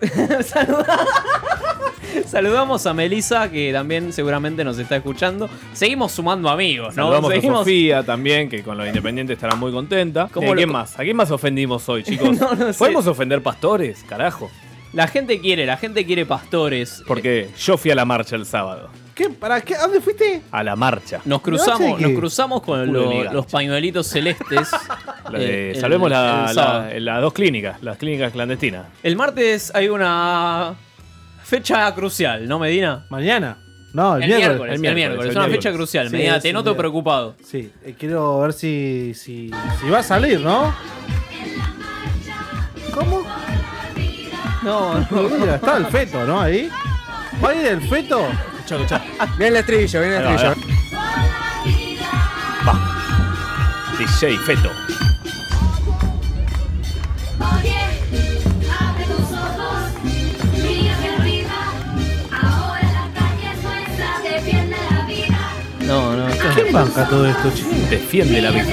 [SPEAKER 6] Saludamos a Melissa, que también seguramente nos está escuchando. Seguimos sumando amigos, ¿no?
[SPEAKER 8] Saludamos a
[SPEAKER 6] Seguimos.
[SPEAKER 8] Sofía también, que con los independientes estará muy contenta.
[SPEAKER 6] ¿Cómo
[SPEAKER 8] Eh,
[SPEAKER 6] lo-
[SPEAKER 8] ¿quién más? ¿A quién más ofendimos hoy, chicos?
[SPEAKER 6] No, no sé.
[SPEAKER 8] ¿Podemos ofender pastores? Carajo.
[SPEAKER 6] La gente quiere, la gente quiere pastores. eh,
[SPEAKER 8] Porque Eh, yo fui a la marcha el sábado.
[SPEAKER 7] ¿Qué? ¿Para qué? ¿A dónde fuiste?
[SPEAKER 8] A la marcha.
[SPEAKER 6] Nos
[SPEAKER 8] No
[SPEAKER 6] cruzamos,
[SPEAKER 8] sé qué.
[SPEAKER 6] nos cruzamos con
[SPEAKER 8] Culo de
[SPEAKER 6] lo-
[SPEAKER 8] liga.
[SPEAKER 6] los pañuelitos celestes.
[SPEAKER 8] La de-
[SPEAKER 6] Eh, el-
[SPEAKER 8] salvemos
[SPEAKER 6] el
[SPEAKER 8] las
[SPEAKER 6] sábado.
[SPEAKER 8] dos clínicas, las clínicas clandestinas.
[SPEAKER 6] El martes hay una fecha crucial, ¿no, Medina?
[SPEAKER 7] ¿Mañana? No, el,
[SPEAKER 6] El
[SPEAKER 7] miércoles.
[SPEAKER 6] miércoles, el miércoles, es una fecha crucial. Medina, te
[SPEAKER 7] sí,
[SPEAKER 6] noto
[SPEAKER 7] mira.
[SPEAKER 6] preocupado.
[SPEAKER 7] Sí, eh, quiero ver si, si, si va a salir, ¿no? ¿Cómo?
[SPEAKER 6] No,
[SPEAKER 7] Mira, Está el feto, ¿no? Ahí. ¿Va a ir el feto?
[SPEAKER 4] Viene el estribillo, viene
[SPEAKER 7] el
[SPEAKER 8] Ahí va,
[SPEAKER 7] estribillo.
[SPEAKER 8] DJ Feto.
[SPEAKER 6] No, no.
[SPEAKER 7] ¿Quién banca todo esto, chico?
[SPEAKER 8] Defiende la vida.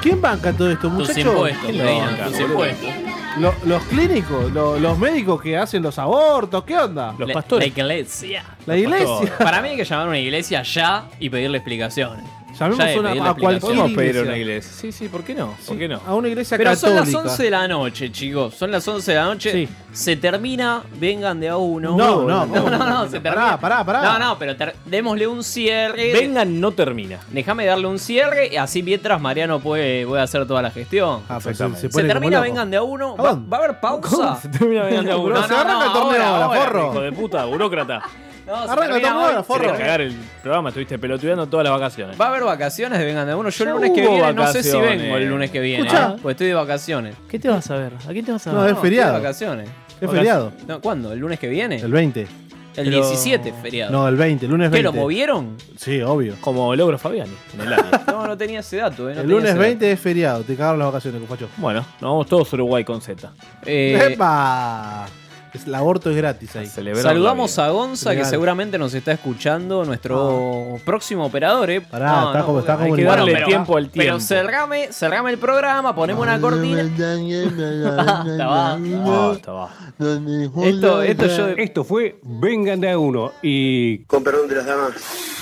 [SPEAKER 7] ¿Quién banca todo esto, muchachos?
[SPEAKER 6] impuestos,
[SPEAKER 7] ¿Quién lo
[SPEAKER 6] Medina,
[SPEAKER 7] banca,
[SPEAKER 6] tus
[SPEAKER 7] boludo?
[SPEAKER 6] impuestos.
[SPEAKER 7] Lo- los clínicos, lo- los médicos que hacen los abortos, ¿qué onda?
[SPEAKER 6] La- La iglesia.
[SPEAKER 7] La iglesia.
[SPEAKER 6] Para mí hay que llamar a una iglesia ya y pedirle explicaciones.
[SPEAKER 7] Llamemos
[SPEAKER 6] Ya de
[SPEAKER 7] una-
[SPEAKER 6] pedirle
[SPEAKER 7] a cualquier
[SPEAKER 6] explicaciones.
[SPEAKER 7] Podemos pedir a una iglesia.
[SPEAKER 8] Sí, sí, ¿por qué no? ¿Por qué no?
[SPEAKER 7] A una iglesia
[SPEAKER 6] Pero son
[SPEAKER 7] católica.
[SPEAKER 6] las 11 de la noche, chicos. Son las 11 de la noche.
[SPEAKER 7] Sí.
[SPEAKER 6] Se termina, vengan de a uno.
[SPEAKER 7] No, no,
[SPEAKER 6] no, no, no,
[SPEAKER 7] no,
[SPEAKER 6] se
[SPEAKER 7] pará,
[SPEAKER 6] termina.
[SPEAKER 7] pará, pará.
[SPEAKER 6] No, no, pero ter- démosle un cierre.
[SPEAKER 8] Vengan, no termina.
[SPEAKER 6] Déjame darle un cierre y así mientras Mariano puede, puede hacer toda la gestión.
[SPEAKER 7] pues se- se
[SPEAKER 6] se,
[SPEAKER 7] pone como
[SPEAKER 6] termina,
[SPEAKER 7] loco.
[SPEAKER 6] vengan de a uno. ¿Va, va a haber pausa?
[SPEAKER 8] Se termina vengan de a uno.
[SPEAKER 6] No, no, no, ahora, ahora.
[SPEAKER 8] Hijo de puta, burócrata.
[SPEAKER 6] No, se
[SPEAKER 8] Arranca,
[SPEAKER 6] termina hoy, se
[SPEAKER 8] forro.
[SPEAKER 6] termina.
[SPEAKER 8] cagar el programa, estuviste pelotudeando todas las vacaciones.
[SPEAKER 6] Va a haber vacaciones de vengan de a uno. Yo el
[SPEAKER 8] Ya
[SPEAKER 6] lunes que
[SPEAKER 8] hubo
[SPEAKER 6] viene no sé si
[SPEAKER 8] vacaciones.
[SPEAKER 6] vengo el lunes que viene.
[SPEAKER 8] Escuchá.
[SPEAKER 6] ¿eh? Porque estoy de vacaciones.
[SPEAKER 8] ¿Qué te vas a ver? ¿A quién te vas a
[SPEAKER 7] No, ver? es feriado.
[SPEAKER 6] estoy de vacaciones.
[SPEAKER 7] Es feriado.
[SPEAKER 6] No, ¿Cuándo? ¿El lunes que viene?
[SPEAKER 7] El 20.
[SPEAKER 6] El 17 feriado.
[SPEAKER 7] No, el 20, el lunes
[SPEAKER 6] ¿Qué,
[SPEAKER 7] 20.
[SPEAKER 6] lo movieron?
[SPEAKER 7] Sí, obvio.
[SPEAKER 8] Como logro Fabiani.
[SPEAKER 6] No, no tenía ese dato. eh, no
[SPEAKER 7] el
[SPEAKER 6] tenía
[SPEAKER 7] lunes
[SPEAKER 6] ese
[SPEAKER 7] 20 es feriado, te cagaron las vacaciones, compacho.
[SPEAKER 8] Bueno, nos vamos todos a Uruguay con Z.
[SPEAKER 6] dato. Eh,
[SPEAKER 7] ¡Epa! Es- El aborto es gratis ahí.
[SPEAKER 6] Saludamos a Gonza, que
[SPEAKER 7] Legal.
[SPEAKER 6] seguramente nos está escuchando, nuestro próximo operador, ¿eh?
[SPEAKER 7] Ah. Pará, está como- está como el- Darle tiempo al
[SPEAKER 6] Pero
[SPEAKER 7] tiempo.
[SPEAKER 6] cerrame, cerrame el programa, ponemos una cortina. Basta, basta.
[SPEAKER 10] Esto, esto, yo... esto fue Vengan de a uno y.
[SPEAKER 11] Con perdón de las damas.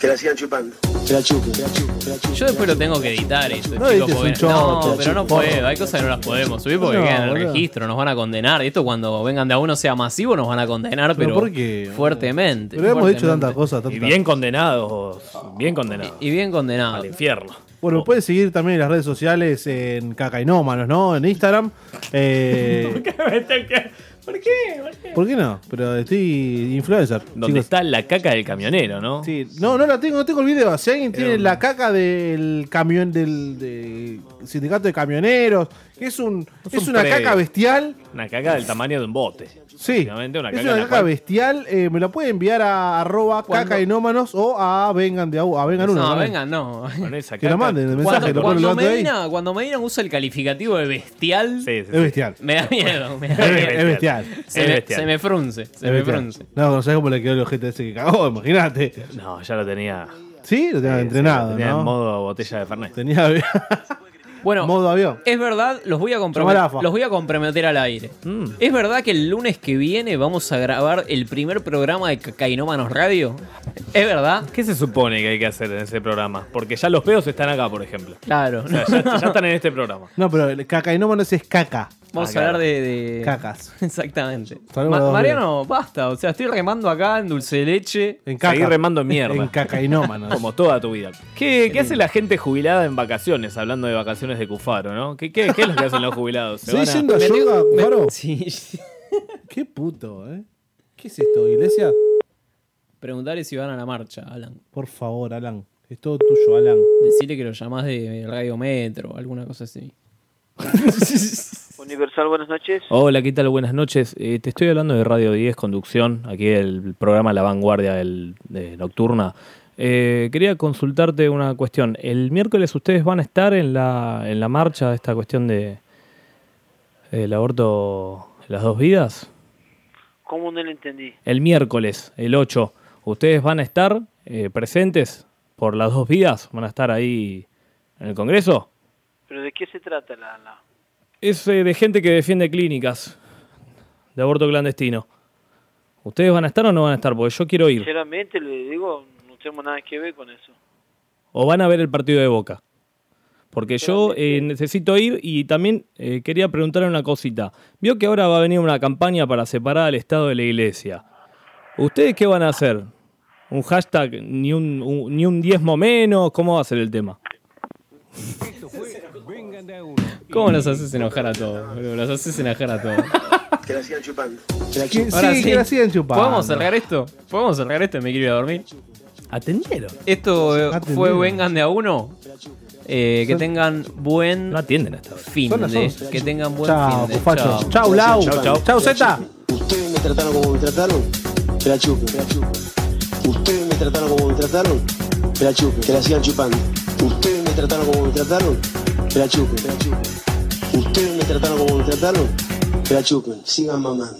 [SPEAKER 11] Que la sigan chupando. Que la chupen, que la chupen, que la chupen.
[SPEAKER 6] Yo después lo tengo que editar eh, esto,
[SPEAKER 11] No,
[SPEAKER 6] chicos,
[SPEAKER 11] edites
[SPEAKER 6] porque-
[SPEAKER 11] un choto,
[SPEAKER 6] No, pero no
[SPEAKER 11] chico.
[SPEAKER 6] puedo, hay cosas que no las podemos subir porque
[SPEAKER 7] No,
[SPEAKER 6] quedan en el
[SPEAKER 7] boludo.
[SPEAKER 6] registro, nos van a condenar. Esto cuando vengan de a uno sea masivo nos van a condenar,
[SPEAKER 7] Pero
[SPEAKER 6] pero,
[SPEAKER 7] ¿por qué?
[SPEAKER 6] fuertemente.
[SPEAKER 7] Pero hemos dicho
[SPEAKER 6] fuertemente.
[SPEAKER 7] tantas cosas.
[SPEAKER 6] Y
[SPEAKER 7] tantas-
[SPEAKER 6] bien
[SPEAKER 8] condenados, bien condenados.
[SPEAKER 6] Y, bien condenados. Al
[SPEAKER 8] infierno.
[SPEAKER 7] Bueno, pueden seguir también en las redes sociales en Cacainómanos, ¿no? En Instagram. Eh,
[SPEAKER 8] ¿Por qué? ¿Por qué?
[SPEAKER 7] ¿Por qué no? Pero estoy influencer.
[SPEAKER 8] Donde está la caca del camionero, ¿no?
[SPEAKER 7] Sí. No, no la tengo, no tengo el video. Si alguien tiene la caca del camión del, del sindicato de camioneros, que es un es,
[SPEAKER 8] un
[SPEAKER 7] una
[SPEAKER 8] previo.
[SPEAKER 7] caca bestial.
[SPEAKER 8] Una caca del tamaño de un bote.
[SPEAKER 7] Sí.
[SPEAKER 8] Básicamente una caca.
[SPEAKER 7] es
[SPEAKER 8] en
[SPEAKER 7] una
[SPEAKER 8] la
[SPEAKER 7] caca
[SPEAKER 8] cual-
[SPEAKER 7] bestial, eh, me la puede enviar a arroba cacainómanos o a vengan de au- a vengan uno.
[SPEAKER 6] No,
[SPEAKER 7] también.
[SPEAKER 6] vengan, no.
[SPEAKER 7] Que lo manden el mensaje,
[SPEAKER 6] Cuando,
[SPEAKER 7] lo ponen
[SPEAKER 6] cuando
[SPEAKER 7] delante de ahí.
[SPEAKER 6] Medina, cuando Medina usa el calificativo de bestial,
[SPEAKER 7] Es bestial.
[SPEAKER 6] me da miedo. me da
[SPEAKER 7] Es
[SPEAKER 6] miedo.
[SPEAKER 7] bestial.
[SPEAKER 6] Se,
[SPEAKER 7] Es
[SPEAKER 6] me,
[SPEAKER 7] bestial.
[SPEAKER 6] se me frunce, se
[SPEAKER 7] Es
[SPEAKER 6] me
[SPEAKER 7] bestial.
[SPEAKER 6] frunce.
[SPEAKER 7] No, no sabes cómo le quedó el ojete ese que cagó, imagínate.
[SPEAKER 8] No, ya lo tenía.
[SPEAKER 7] Sí, lo tenía entrenado,
[SPEAKER 8] Tenía
[SPEAKER 7] ¿no?
[SPEAKER 8] en modo botella de Fernet.
[SPEAKER 7] Tenía
[SPEAKER 6] Bueno,
[SPEAKER 7] modo avión.
[SPEAKER 6] Es verdad, los voy a
[SPEAKER 7] Llamar a
[SPEAKER 6] comprometer,
[SPEAKER 7] AFA.
[SPEAKER 6] los voy a comprometer al aire. ¿Es verdad que el lunes que viene vamos a grabar el primer programa de Cacainómanos Radio? ¿Es verdad?
[SPEAKER 8] ¿Qué se supone que hay que hacer en ese programa? Porque ya los pedos están acá, por ejemplo.
[SPEAKER 6] Claro.
[SPEAKER 8] O sea, ya, ya están en este programa.
[SPEAKER 7] No, pero el cacainómanos es caca.
[SPEAKER 6] Vamos
[SPEAKER 8] Ah,
[SPEAKER 6] a
[SPEAKER 8] claro.
[SPEAKER 6] hablar de, de-
[SPEAKER 7] Cacas.
[SPEAKER 6] Exactamente.
[SPEAKER 7] Saludos
[SPEAKER 6] Ma-
[SPEAKER 7] a los dos
[SPEAKER 6] Mariano, basta. O sea, estoy remando acá en dulce de leche.
[SPEAKER 7] En
[SPEAKER 8] Seguir remando en mierda.
[SPEAKER 7] En cacainómanos.
[SPEAKER 8] Como toda tu vida. ¿Qué, qué hace la gente jubilada en vacaciones? Hablando de vacaciones de Cufaro, ¿no? ¿Qué, qué, qué es lo que hacen los jubilados? ¿Se
[SPEAKER 7] ¿Seguís
[SPEAKER 8] van a-
[SPEAKER 7] yendo a yoga, Cufaro?
[SPEAKER 6] Sí.
[SPEAKER 7] Qué puto, ¿eh? ¿Qué es esto, Iglesia?
[SPEAKER 6] Preguntarle si van a la marcha, Alan.
[SPEAKER 7] Por favor, Alan. Es todo tuyo, Alan.
[SPEAKER 6] Decirle que lo llamás de Radio Metro, alguna cosa así.
[SPEAKER 15] Universal, buenas noches.
[SPEAKER 8] Hola, ¿qué tal? Buenas noches. Eh, te estoy hablando de Radio 10 Conducción, aquí el programa La Vanguardia del- de Nocturna. Eh, quería consultarte una cuestión. ¿El miércoles ustedes van a estar en la, en la marcha de esta cuestión de eh, el aborto, las dos vidas?
[SPEAKER 15] ¿Cómo no lo entendí?
[SPEAKER 8] El miércoles, el 8, ¿ustedes van a estar eh, presentes por las dos vidas? ¿Van a estar ahí en el Congreso?
[SPEAKER 15] ¿Pero de qué se trata la...? la-
[SPEAKER 8] Es eh, de gente que defiende clínicas de aborto clandestino. ¿Ustedes van a estar o no van a estar? Porque yo quiero ir.
[SPEAKER 15] Sinceramente le digo, no tenemos nada que ver con eso.
[SPEAKER 8] ¿O van a ver el partido de Boca? Porque yo eh, necesito ir y también eh, quería preguntar una cosita. Vio que ahora va a venir una campaña para separar al Estado de la Iglesia. ¿Ustedes qué van a hacer? ¿Un hashtag ni un, un- ni un diezmo menos? ¿Cómo va a ser el tema?
[SPEAKER 6] ¿Cómo los haces enojar a todos? boludo? Los haces enojar a todos.
[SPEAKER 11] Que la sigan chupando. Que la
[SPEAKER 7] Sí,
[SPEAKER 11] chupen.
[SPEAKER 6] Ahora
[SPEAKER 7] que la sigan chupando.
[SPEAKER 6] ¿Podemos cerrar esto? ¿Podemos cerrar esto? Me quiero ir a dormir.
[SPEAKER 8] Atendero.
[SPEAKER 6] Esto eh,
[SPEAKER 8] Atendero.
[SPEAKER 6] fue Vengan de a uno. Eh, que
[SPEAKER 8] Son-
[SPEAKER 6] tengan buen fin
[SPEAKER 8] Son las
[SPEAKER 6] de.
[SPEAKER 8] 11.
[SPEAKER 6] Que tengan buen
[SPEAKER 7] Chao,
[SPEAKER 6] fin de.
[SPEAKER 7] Cufacho. Chau, Lau. Chau, Zeta.
[SPEAKER 11] Ustedes me trataron como me trataron. Que la chupen, que la chupen. Ustedes me trataron como me trataron. Que la chupen, que la sigan chupando. Ustedes me trataron como me trataron. Que la chupen, que la chupen. Ustedes me trataron como me trataron. Que la chupen, sigan mamando.